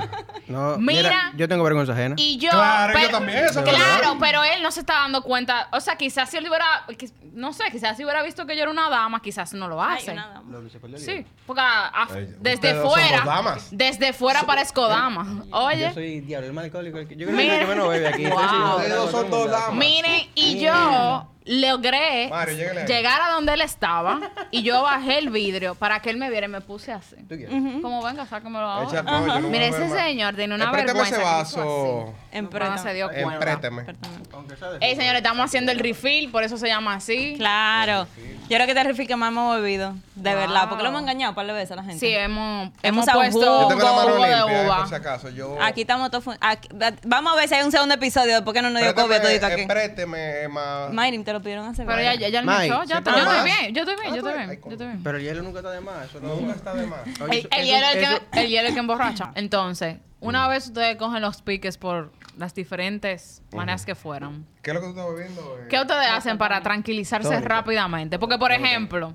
No,
Mira.
yo tengo vergüenza ajena.
Y yo.
Claro, yo también, eso es
Claro,
verdad.
pero él no se está dando cuenta. O sea, quizás si él hubiera. quiz- No sé, quizás si hubiera visto que yo era una dama, quizás no lo
Ay,
hace.
una dama.
Lo que se perdió el
Sí,
día.
porque a- a-
Ay,
desde
ustedes
fuera.
somos damas.
Desde fuera parezco dama. Oye.
Yo soy diablo, el más alcohólico. Yo creo que
Mira.
el que menos bebe aquí.
Wow.
Yo soy-
Ustedes dos son dos damas.
Miren, y Y yo logré
Mario, llégale ahí.
llegar a donde él estaba y yo bajé el vidrio para que él me viera y me puse así.
¿Tú quieres?
Como venga, sácamelo
Echa
ahora.
coño, yo no voy a
Mira,
beber
ese
más.
señor tiene una
Empréteme
vergüenza.
ese
que hizo
vaso. eh,
así.
Emprétame.
No se dio cuenta.
Empréteme. Aunque sea de-
Ey, señores, estamos haciendo el refill, por eso se llama así.
Claro. Yo creo que te refiero que más me he bebido. De
Wow.
verdad. Porque lo hemos engañado para par de veces a la gente.
Sí, hemos,
Hemos
hemos
usado
puesto
jugo.
Yo tengo la mano
jugo de
limpia, eh,
uva.
por si acaso. Yo...
Aquí estamos todos. fu- aquí- Vamos a ver si hay un segundo episodio de por qué no nos dio COVID todito aquí.
Empréteme, ma...
Mayrim, te lo pidieron hace
Pero ya, ya, ya me
May,
echó, ya
¿se
está.
toma
Yo estoy
más?
bien, yo estoy bien, yo
Ah,
estoy
pues,
bien,
ahí
yo
con-
estoy bien.
Pero el hielo nunca está de más. Eso no-
Nunca está de más.
Oye,
El,
eso-
el
eso-
hielo es el
eso- Mm.
que, el hielo es el que emborracha. Entonces, una vez ustedes cogen los piques por las diferentes maneras que fueron,
¿Qué es lo que tú estás bebiendo? eh?
¿qué ustedes hacen para tranquilizarse
Tónico.
rápidamente? Porque, por ejemplo,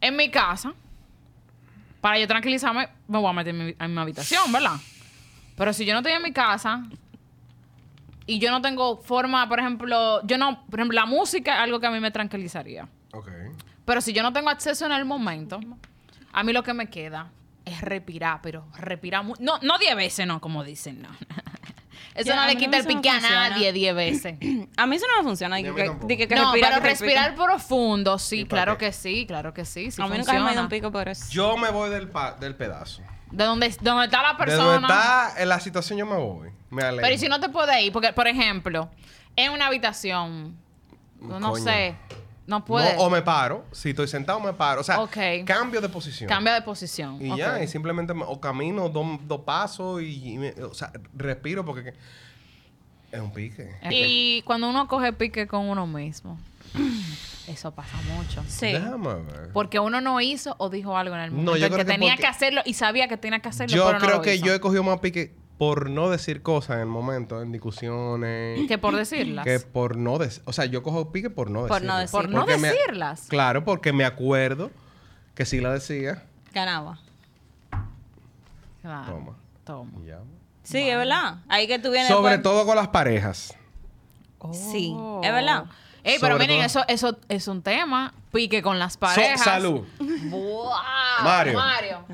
en mi casa, para yo tranquilizarme, me voy a meter en mi, en mi habitación, ¿verdad? Pero si yo no estoy en mi casa y yo no tengo forma, por ejemplo, yo no, por ejemplo, la música es algo que a mí me tranquilizaría.
Ok.
Pero si yo no tengo acceso en el momento, a mí lo que me queda es respirar, pero respirar mu- No, no 10 veces, no, como dicen, no. Eso
Ya,
no
a
le
mí no
quita
me-
el
eso no
pique a
funciona.
nadie 10 veces.
A mí eso no me funciona.
Ni a
que-
mí
que-
tampoco.
di que- que
no,
respirar,
pero
que respira.
respirar profundo, sí,
¿Y para
claro
qué?
que sí, claro que sí, sí
A mí nunca me
funciona.
dio un pico por eso.
Yo me voy del, pa- del pedazo.
De donde, donde está la
De donde
persona.
está eh, la situación yo me voy. Me alegro.
Pero ¿y si no te puedes ir? Porque, por ejemplo, en una habitación, no
Coño.
sé, no
No,
puedes.
o me paro. Si estoy sentado, me paro. O sea,
Ok.
cambio de posición.
Cambia de posición.
Y
Ok.
ya, y simplemente me- o camino dos dos pasos y, y me- o sea, respiro porque que- es un pique.
Y cuando uno coge pique con uno mismo, eso pasa mucho.
Sí.
Déjame ver.
Porque uno no hizo o dijo algo en el
No,
momento
yo
en
creo
que
que
tenía
porque-
que hacerlo y sabía que tenía que hacerlo.
Yo
pero no
creo
lo
que
hizo.
yo he cogido más pique por no decir cosas en el momento, en discusiones.
Que por decirlas.
Que por no decir. O sea, yo cojo pique por no
Por
decirlas.
no decir.
Por no
Porque me-
decirlas.
claro, porque me acuerdo que sí la decía.
Ganaba.
Claro.
Toma.
Toma.
Y ya.
Sí, es verdad. Ahí que tú vienes.
Sobre
después-
todo con las parejas.
Sí,
Oh.
es verdad.
Ey, pero
Sobre
miren,
todo-
eso, eso es un tema. Pique con las
So-
parejas.
salud.
Wow,
Mario.
Mario.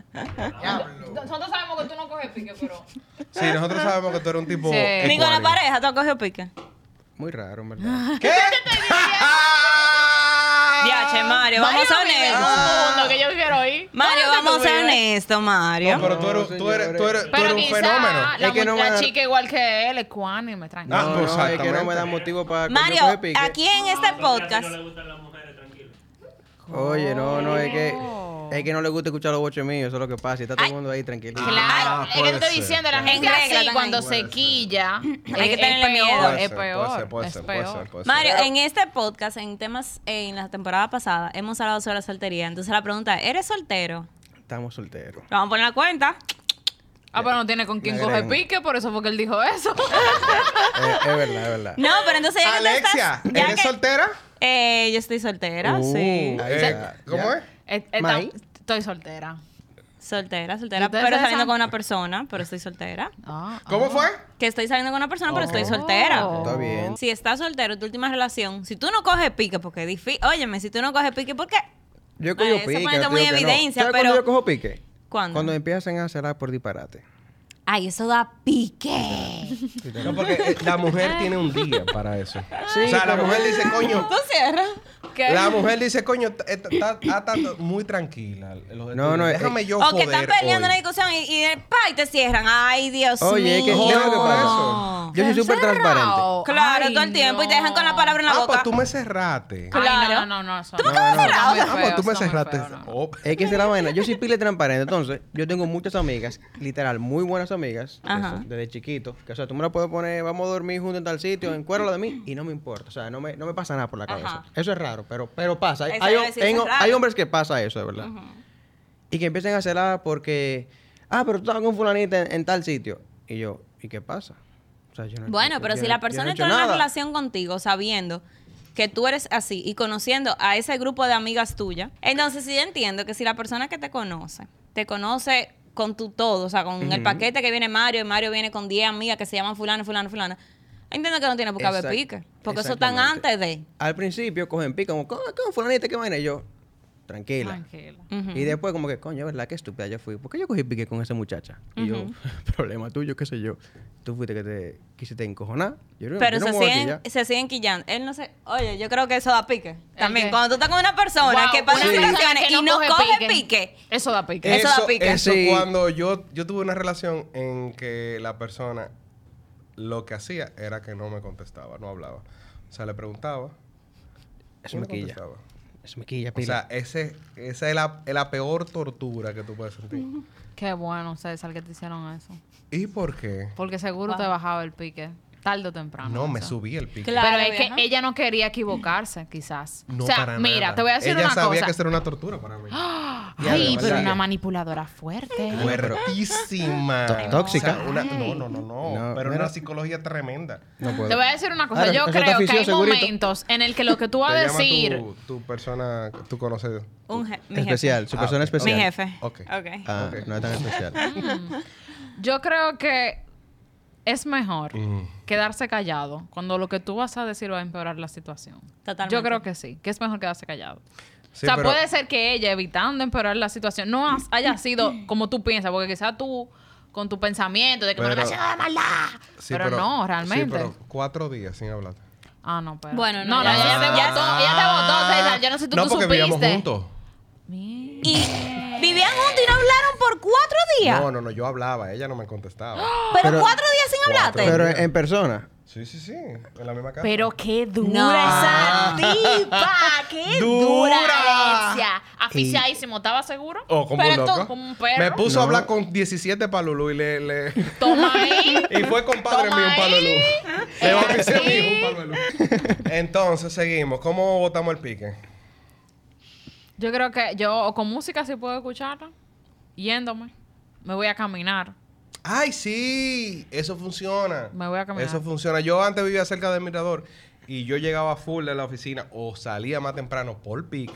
Nosotros sabemos que tú no coges pique, pero.
Sí, nosotros sabemos que tú eres un tipo.
Sí.
ecuánime.
Ni con la pareja, tú has cogido pique.
Muy raro, en verdad.
¿Qué?
Diache, Mario, vamos a
Mario, vive en un
honestos.
mundo que yo quiero ir.
Mario,
¿Dónde tú
vamos a ser
vives?
honestos, Mario.
No, pero tú eres, tú eres, tú eres, tú
Pero
eres un
quizá
fenómeno.
la,
Es que no
mu- la
me da-
chica igual que él, ecuánime,
No,
tranquilo.
Ah, pues
no, es que no me da
exactamente.
motivo para que yo
Mario,
coge pique.
aquí en este podcast.
no le gustan las mujeres, tranquilo.
Oye, no, no, es que
Oh.
es que no le gusta escuchar los boches míos, eso es lo que pasa. y Está todo el mundo ahí tranquilo. Ah,
Claro, es que
puede
te estoy
ser,
diciendo, la
claro.
gente
En regla
así
están
cuando
ahí.
se quilla,
Hay que tenerle miedo.
peor, es
Puede ser, puede ser,
peor,
puede
es
ser, puede ser,
peor.
puede ser.
Mario, en este podcast, en temas, en la temporada pasada, hemos hablado sobre la soltería. Entonces la pregunta es, ¿eres soltero?
Estamos solteros.
Lo vamos a poner a cuenta.
Ah, pero no tiene con quién
Me
coger
agregan.
pique, por eso fue que él dijo eso.
es, es verdad, es verdad.
No, pero entonces ya que tú
Alexia,
estás- ya
¿eres
que-
soltera?
Eh, yo estoy soltera,
Uh,
sí.
Ahí
eh,
está,
¿Cómo
ya.
es?
Eh, eh,
May.
tam- Estoy soltera.
Soltera, soltera.
¿Ustedes
Pero
se
saliendo
besan?
con una persona, pero estoy soltera.
Ah, ah.
¿Cómo fue?
Que estoy saliendo con una persona, pero estoy soltera.
Está bien.
Si estás soltero, tu última relación, si tú no coges pique, porque es difícil. Óyeme, si tú no coges pique, ¿por qué?
Yo cojo
Ah, eso
pique.
pone
yo te
muy
digo que no.
evidencia,
¿Sabes
pero-
cuándo yo cojo pique?
¿Cuándo?
Cuando empiezan a celar por disparate.
Ay, eso da pique.
No, porque eh, la
Ah.
mujer tiene un día para eso. o sea, la
pero-
mujer dice, coño.
¿Tú cierras?
¿Qué?
La mujer dice, coño, t- eh, t- está está tanto- muy tranquila. Lo de
No,
tu-
no, eh,
déjame yo
O que
joder
están peleando en la
hoy.
discusión y, y, pa, y te cierran. Ay, Dios
Oye, es que
mío.
¿sabes lo que
No.
pasa? Yo soy súper transparente.
Cerrado.
Claro,
Ay,
todo el tiempo y te dejan con la
no.
palabra en la
Ah,
boca.
pues tú me cerraste.
Ay,
Claro.
no, no, no. Eso,
¿Tú por
no,
qué me
no,
cerrado?
está muy
Ah, pues tú
feo, está
me
muy
cerraste.
feo, no.
Oh,
Es que esa es la vaina. Yo soy pile transparente. Entonces, yo tengo muchas amigas, literal, muy buenas amigas, de
Ajá.
eso, desde chiquito. Que, o sea, tú me la puedes poner, vamos a dormir juntos en tal sitio, en cuero la de mí, y no me importa. O sea, no me, no me pasa nada por la cabeza.
Ajá.
Eso es raro, pero, pero pasa. Hay,
Eso
hay-
iba a decir,
hay-
eso es
hay
raro.
hombres que pasa eso, de verdad. Y que empiecen a celar porque, ah, pero tú estabas con fulanita en, en tal sitio. Y yo, ¿y qué pasa? O sea, yo no-
Bueno,
yo-
pero
yo
si
no-
la
yo
persona
no he hecho
entra en una
nada.
relación contigo sabiendo que tú eres así y conociendo a ese grupo de amigas tuyas, entonces sí yo entiendo que si la persona que te conoce, te conoce con tu todo, o sea, con el paquete que viene Mario y Mario viene con 10 amigas que se llaman fulano, fulano, fulana, entiendo que no tiene por qué haber
Exact-
pique, porque eso están
exactamente.
antes de...
Al principio cogen pica, como, ¿cómo, cómo fulanita qué vaina? Y yo, tranquila.
Tranquila.
Ujú.
Y después como que, coño, ¿verdad? Qué estúpida yo fui. ¿Por qué yo cogí pique con esa muchacha? Y yo, problema tuyo, qué sé yo. Tú fuiste que te quisiste encojonar. Yo, creo-
Pero
yo no
se,
me voy aquí
siguen,
ya.
se siguen quillando. Él no se... Oye, yo creo que eso da pique. También,
qué?
cuando tú estás con una persona
Wow,
que pasa
una persona
situaciones
que
y no coge, pique.
Eso da pique.
Eh, Eso da pique.
Eso
Sí.
cuando yo, yo tuve una relación en que la persona lo que hacía era que no me contestaba, no hablaba. O sea, le preguntaba.
Eso
no
me quilla.
contestaba.
Eso me quilla,
O sea,
pila.
ese, esa es la, es la peor tortura que tú puedes sentir.
Qué bueno, César, que te hicieron eso.
¿Y por qué?
Porque seguro te bajaba el pique. Tarde o temprano.
No, me
eso.
subí el pico.
Claro,
Pero es que
vieja.
ella no quería equivocarse, quizás.
No
o sea,
para
mira,
nada.
te voy a decir
Ella
una
sabía
cosa. ¡Ah!
que esto era una tortura para mí.
Ay,
Ya,
pero
ya.
una manipuladora fuerte.
Fuertísima.
Tó- tóxica.
O sea, una- no, no, no, no.
No,
pero
mira.
una psicología tremenda.
No puedo.
Te voy a decir una cosa.
Ahora,
Yo
eso está
creo que hay
afición, segurito.
momentos en el que lo que tú vas
Te
a
llama
decir...
tu, tu persona, tu conocido.
Un je- mi jefe.
Especial, su
Ah,
persona
ok.
especial.
Mi jefe.
Ok.
Ok.
Ah,
Ok.
no es tan especial.
Yo creo que es mejor
Mm.
quedarse callado cuando lo que tú vas a decir va a empeorar la situación.
Totalmente.
Yo creo que sí, que es mejor quedarse callado.
Sí,
o sea,
pero-
puede ser que ella, evitando empeorar la situación, no has- haya sido como tú piensas, porque quizás tú, con tu pensamiento de que me lo
Pero-
estás haciendo de maldad.
Sí,
pero, no,
sí,
realmente.
pero cuatro días sin hablar.
Ah, no, pero.
Bueno,
no, no,
no, ya-
ella, te
ya-
votó, ella te votó, César. Yo no sé si tú,
Ah. no,
tú
porque
supiste.
vivíamos juntos.
Mi-
Y vivían juntos y no hablaron por cuatro días.
No, no, no, yo hablaba, ella no me contestaba.
pero,
Pero-
cuatro días sin hablarte.
Pero en, en persona.
Sí, sí, sí, en la misma casa.
Pero qué dura
No.
esa tipa, qué dura,
Ah. Dura.
ella. Aficiadísimo, ¿estaba seguro?
Oh, como
Pero
un
tú,
loco.
como un perro.
Me puso a
No.
hablar con 17 palulú y le, le-
Toma ahí.
y fue compadre
Toma
mío un
ahí.
palulú. Le va a decir a mi hijo
Ahí.
un palulú. Entonces, seguimos. ¿Cómo votamos el pique?
Yo creo que yo o con música sí puedo escucharla. Yéndome. Me voy a caminar.
Ay, sí, eso funciona.
Me voy a caminar.
Eso funciona. Yo antes vivía cerca del mirador y yo llegaba full de la oficina o salía más temprano por pique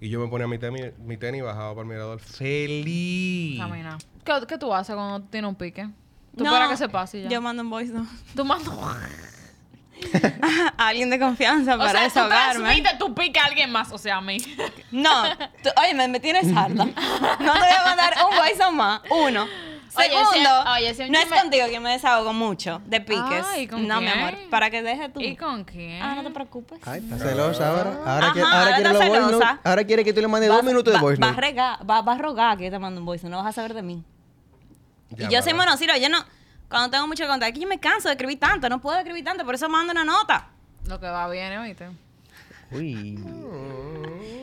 y yo me ponía mi tenis, mi tenis y bajaba para el mirador feliz.
Caminar. ¿Qué, qué tú haces cuando tienes un pique? Tú
No,
esperas que se pase y ya.
Yo mando un voice note
Tú mandas.
a alguien de confianza
o
para
sea, tú
desahogarme.
transmites tu pique a alguien más, o sea, a mí.
No, tú- oye, me, me tienes harta. No te voy a mandar un voice note más. Uno.
Oye,
Segundo,
si- oye, si un
no es
chisme-
contigo que me desahogo mucho de piques.
Ay, ¿con
no, mi
quién?
amor, para que dejes tú.
¿Y con quién?
Ah, no te preocupes.
Ay, está celosa ahora. Ahora,
Ajá,
quiere, ahora,
ahora
quiere
está
los voice
celosa.
note. Ahora quiere que tú le mandes
Vas-
dos minutos de
va-
voice
vas,
note.
regar- va- vas a rogar que yo te mando un voice note, no vas a saber de mí.
Ya,
y yo soy
para.
monociro, yo no... Cuando tengo mucho contacto, aquí yo me canso de escribir tanto, no puedo escribir tanto, por eso mando una nota.
Lo que va bien, oíste.
Uy,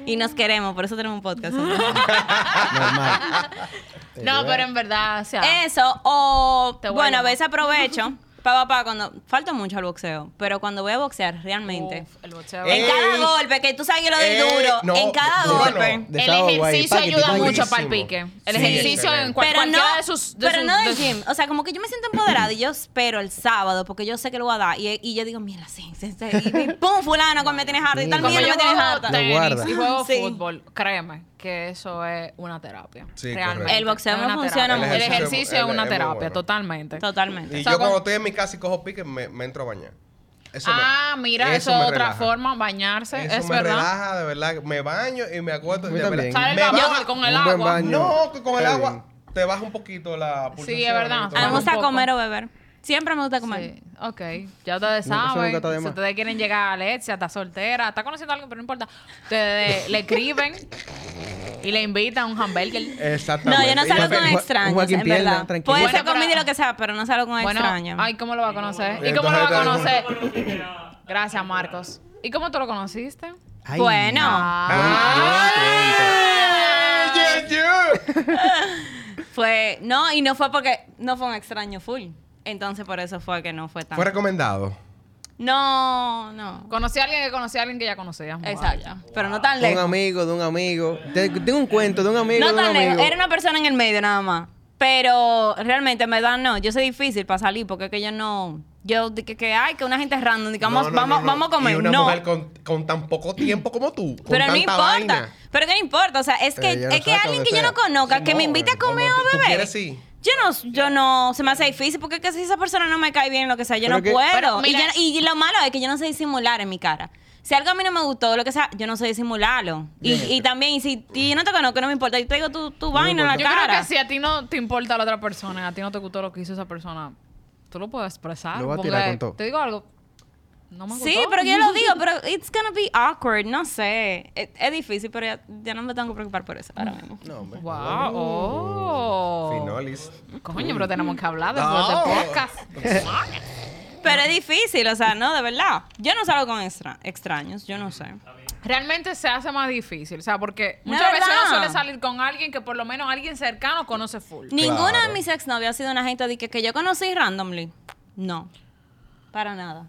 Y nos queremos, por eso tenemos un podcast.
Ah.
normal.
No, pero en verdad, o sea.
Eso, o
Te voy a
bueno, a
llamar.
veces aprovecho, pa, pa, pa, cuando falta mucho al boxeo, pero cuando voy a boxear realmente,
Uf, el boxeo.
Eh,
en cada
Ey.
golpe, que tú sabes que lo doy
Ey,
duro,
no,
en cada
duro no.
golpe.
De-
El
Desahogo ahí,
ejercicio
paquete,
ayuda
paquete.
mucho para el pique.
Buenísimo.
El
Sí,
ejercicio en
excelente.
cual,
pero no,
cualquiera de sus. de
pero
sus-
no
de
del
sus-
gym. O sea, como que yo me siento empoderada y yo espero el sábado porque yo sé que lo voy a dar. Y, y yo digo, mira, sí, sí, sí. Y, pum, fulano, con me tienes harta. Y tal,
Como
mira,
yo
me tienes
juego
harta.
Lo
tenis
guarda.
y juego
Sí.
fútbol, créeme que eso es una terapia.
Sí,
Realmente.
correcto.
El boxeo
Es
no
una
funciona
terapia.
mucho.
El ejercicio
El-
es una
es muy
terapia,
bueno.
totalmente.
Y
Totalmente.
yo
sea,
cuando
con-
estoy en mi casa y cojo pique, me, me entro a bañar. Eso me-
ah, mira, eso
me
es otra
relaja.
forma, bañarse,
Eso
es
me
verdad.
relaja, de verdad. Me baño y me acuesto.
A
y
mí
de
también.
verdad,
Sale el
me
vapor
baja-
con
un
el
buen
agua.
baño.
No, que con el
Está
agua te baja un poquito la pulsación.
es verdad.
y todo.
A mí Ah, me gusta
Un poco.
comer o beber. Siempre me gusta comer.
Sí, ok, ya ustedes
Nunca- eso
saben.
nunca está de
Si
más.
ustedes quieren llegar a Alexia, está soltera, está conociendo a alguien, pero no importa. Ustedes le escriben y le invitan a un hamburger.
Exactamente.
No, yo no
Y
salgo
la-
con
Joa-
extraños,
Joaquín
en
Pierna,
verdad. Pues,
tranquilo.
Puede
Bueno,
ser comida y
pero-
lo que sea, pero no salgo con
Bueno,
extraños.
ay, ¿cómo lo va a conocer? ¿Y
Entonces,
cómo lo va a
está bien.
conocer? Gracias, Marcos. ¿Y cómo tú lo conociste?
Ay,
bueno.
Ah. ¡Ay! Yeah, yeah.
Fue, no, y no fue porque, no fue un extraño full. Entonces por eso fue que no fue tan.
Fue recomendado.
No, no.
Conocí a alguien que conocía a alguien que ya conocía.
Exacto. Pero no tan
De un
lejos.
amigo, de un amigo. Te- Tengo un cuento de un amigo,
No
de un
tan lejos.
amigo.
Era una persona en el medio nada más. Pero realmente, en verdad, no. Yo soy difícil para salir porque es que yo no. Yo dije que, que hay que una gente random. Digamos,
No,
vamos,
no,
vamos,
no, no.
vamos a comer.
Y una
no.
mujer con, con tan poco tiempo como tú. con
pero no
tanta
importa.
vaina. Eh,
Pero que no importa. O sea, es que,
Ella lo
es que
saca
alguien
donde
que yo no
sea.
conozca, que
No,
me invite a
cuando
comer
tú-
o
tú
a beber.
quieres, sí.
Yo no, yo no, se me hace difícil porque es que si esa persona no me cae bien, lo que sea, yo
Pero
no
que-
puedo.
Pero
y,
mira-
yo- y lo malo es que yo no sé disimular en mi cara. si algo a mí no me gustó, lo que sea, yo no sé disimularlo. Y, y también, y si ti no te conozco, no me importa. Yo te digo tu, tu vaina en la
Ah, Yo
cara.
creo que si a ti no te importa la otra persona, a ti no te gustó lo que hizo esa persona, tú lo puedes expresar.
Lo va a
porque
tirar con todo.
Te digo algo. No me gustó.
Sí, pero yo lo digo, pero it's gonna be awkward, no sé. Es, es difícil, pero ya, ya no me tengo que preocupar por eso ahora mismo.
No, hombre.
Wow. Oh.
Finolis.
Coño, pero tenemos que hablar después
No.
de este podcast.
Pero es difícil, o sea, no, de verdad. Yo no salgo con extra- extraños, yo no sé.
Realmente se hace más difícil, o sea, porque
No,
muchas veces
¿verdad?
uno suele salir con alguien que por lo menos alguien cercano conoce full.
Ninguna de mis exnovias ha sido una gente de que, que yo conocí randomly. No. Para nada.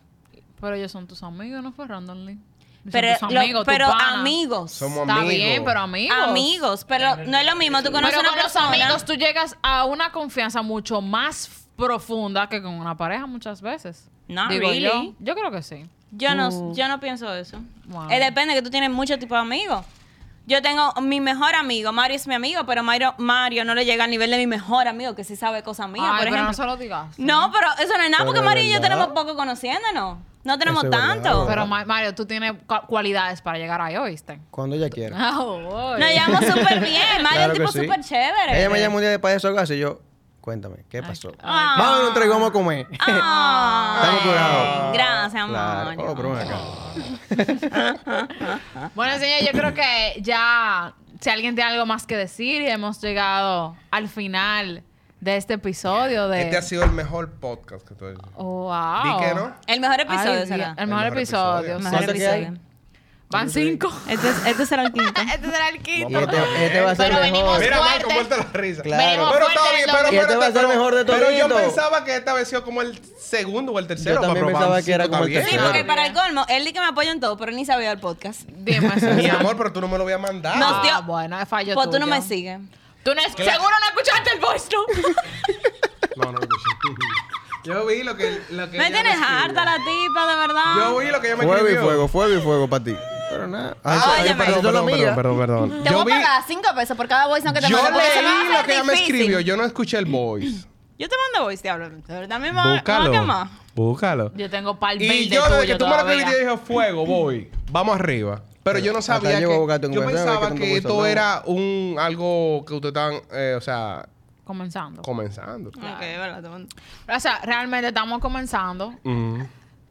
Pero ellos son tus amigos, no fue randomly. Son
Pero,
tus
lo-
amigos, tus
pero
panas.
amigos.
Somos
Está
amigos.
bien, pero amigos.
Amigos, pero no es lo mismo. Tú conoces
Pero
a
con
una
los
persona.
amigos tú llegas a una confianza mucho más f- profunda que con una pareja muchas veces.
Not
Digo
really.
yo. Yo creo que sí.
Yo no, yo no pienso eso.
Wow.
Eh, depende que tú tienes muchos tipos de amigos. Yo tengo mi mejor amigo, Mario es mi amigo, pero Mario, Mario no le llega al nivel de mi mejor amigo, que sí sabe cosas mías,
Ay,
por
pero no
ejemplo.
se lo digas.
No, pero eso no es
Pero
nada, porque
es
Mario y yo
verdad.
tenemos poco conociéndonos. No tenemos
Eso es verdad,
tanto.
¿verdad?
Pero Ma- Mario, tú tienes cua- cualidades para llegar ahí, ¿oíste?
Cuando ella quiera.
Ah, voy.
Nos llevamos súper bien. Mario
Claro
es
que
un tipo
sí.
súper chévere.
Ella me llama un día de para desahogarse y yo, cuéntame, ¿qué pasó?
Ah.
Vamos a ver un trago, vamos a comer.
Ay,
Estamos curados.
Gracias,
Claro.
Mario.
Oh, pero ven acá.
Bueno, señor, yo creo que ya, si alguien tiene algo más que decir, hemos llegado al final de este episodio de...
Este ha sido el mejor podcast que tú has hecho.
Oh, wow.
Di que no.
El mejor episodio
Ay,
será.
Dios, El mejor episodio.
El
sí.
mejor
¿Cuánto que hay?
episodio.
Van cinco.
Este, es- este será el quinto.
este será el
Y
quinto.
este, este va a ser
Pero
mejor.
venimos-
Mira,
fuerte.
Marco, vuelta la risa.
Claro. Venimos
Pero
fuerte
está bien,
del
pero,
domingo.
Y este va a
espérate,
ser
pero-
mejor de
Pero yo
Torito.
pensaba que esta había sido como el segundo o el tercero.
Yo también
papá,
pensaba
vamos,
que era
cinco,
como
está bien.
el
Sí,
tercero.
porque para el colmo, él di que me apoya en todo, pero ni sabía el podcast.
Dime, Susan.
Mi amor, pero tú no me lo habías mandado.
No,
Ah,
Dios.
bueno, es fallo
Pues tú no
tuyo.
me sigues.
Tú no es- Seguro no escuchaste el voice, ¿no?
No, no, no. Yo vi lo que. Lo que
Me
ella
tienes
escribió.
harta la tipa, de verdad.
Yo vi lo que ella me
Fuego y
escribió.
fuego, fuego y fuego para ti. eh, Pero nada.
Ah,
Ay,
ay,
óyeme.
perdón,
Yo lo
perdón,
mira.
perdón, perdón, perdón.
Te
Yo
voy
vi.
a pagar cinco pesos por cada voice que te
Yo
mando. porque se me va a
leí lo
hacer
que ella me
difícil.
escribió. Yo no escuché el voice.
Yo te mando voice, diablo. Pero también me va me va a
Búscalo.
quemar.
Búscalo.
Yo tengo pal
Y
verde
yo desde
tuyo
que tú me lo
todavía.
escribiste, yo dije fuego, voy. Vamos arriba. Pero yo no
Hasta
sabía que.
yo buscaste un
Yo
hueso, a ver
pensaba
qué tanto
que
hueso
esto
hablaba.
era un algo que ustedes estaban, eh, o sea,
Comenzando.
comenzando.
Ok, verdad, te mando.
O sea, realmente estamos comenzando.
Mm.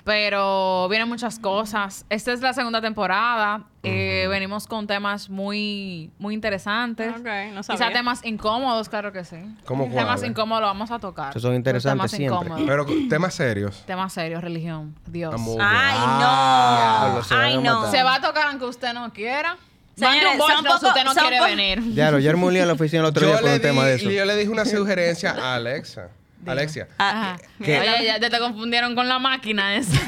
Pero vienen muchas cosas. Esta es la segunda temporada. Eh, venimos con temas muy, muy interesantes.
Ok, no
Quizá
sabía.
temas incómodos, claro que sí.
¿Cómo cuál,
temas
eh?
incómodos los vamos a tocar.
Esos son
Los
interesantes
temas
siempre.
incómodos.
Pero temas serios.
Temas serios, religión, Dios.
Amor.
Ay, no.
Diablo, se van a
Ay, no.
matar.
Se va a tocar aunque usted no quiera.
Señores,
Mande un voice
son
note si
poco-
usted no
son
quiere
po-
venir.
Ya, lo Guillermo olía en la oficina el otro día
Yo
por
le,
un tema de eso.
di, yo le dije una sugerencia a Alexa. Alexia.
Ah,
Ajá.
¿Qué?
Oye, ya te, te confundieron con la máquina esa.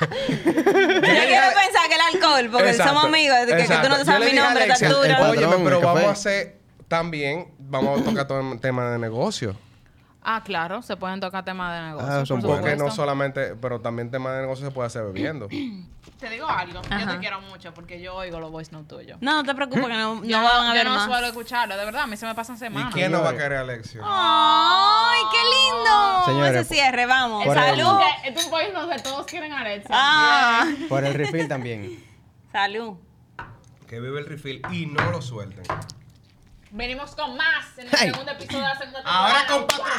Yo quiero pensar que el alcohol, porque
Exacto,
somos amigos, de que, que tú
exacto.
no
Yo
te
le
sabes mi
dije a
nombre, está
Alexia,
el
duro.
patrón,
Oye, pero
el
vamos
café.
a hacer también, vamos a tocar todo el tema de negocio.
ah, claro, se pueden tocar temas de negocio.
Ah, son
por
Porque
supuesto.
no solamente, pero también tema de negocio se puede hacer bebiendo.
Te digo algo, yo
Ajá.
te quiero mucho porque yo oigo los voice notes tuyos.
No, no te preocupes, que no, no
Yo
van a
yo
ver
no
más.
suelo escucharlo, de verdad, a mí se me pasan
¿Y
semanas.
quién no va a querer a Alexia?
Ah. ¡Ay, qué lindo!
Señores,
Ese cierre,
Eh,
vamos.
por el-
Salud.
Es un país donde todos quieren a Alexia.
Ah.
Por el refill también.
Salud.
Que vive el refill y no lo suelten.
Venimos con más en el segundo episodio de la segunda temporada.
Ahora con patrocinio.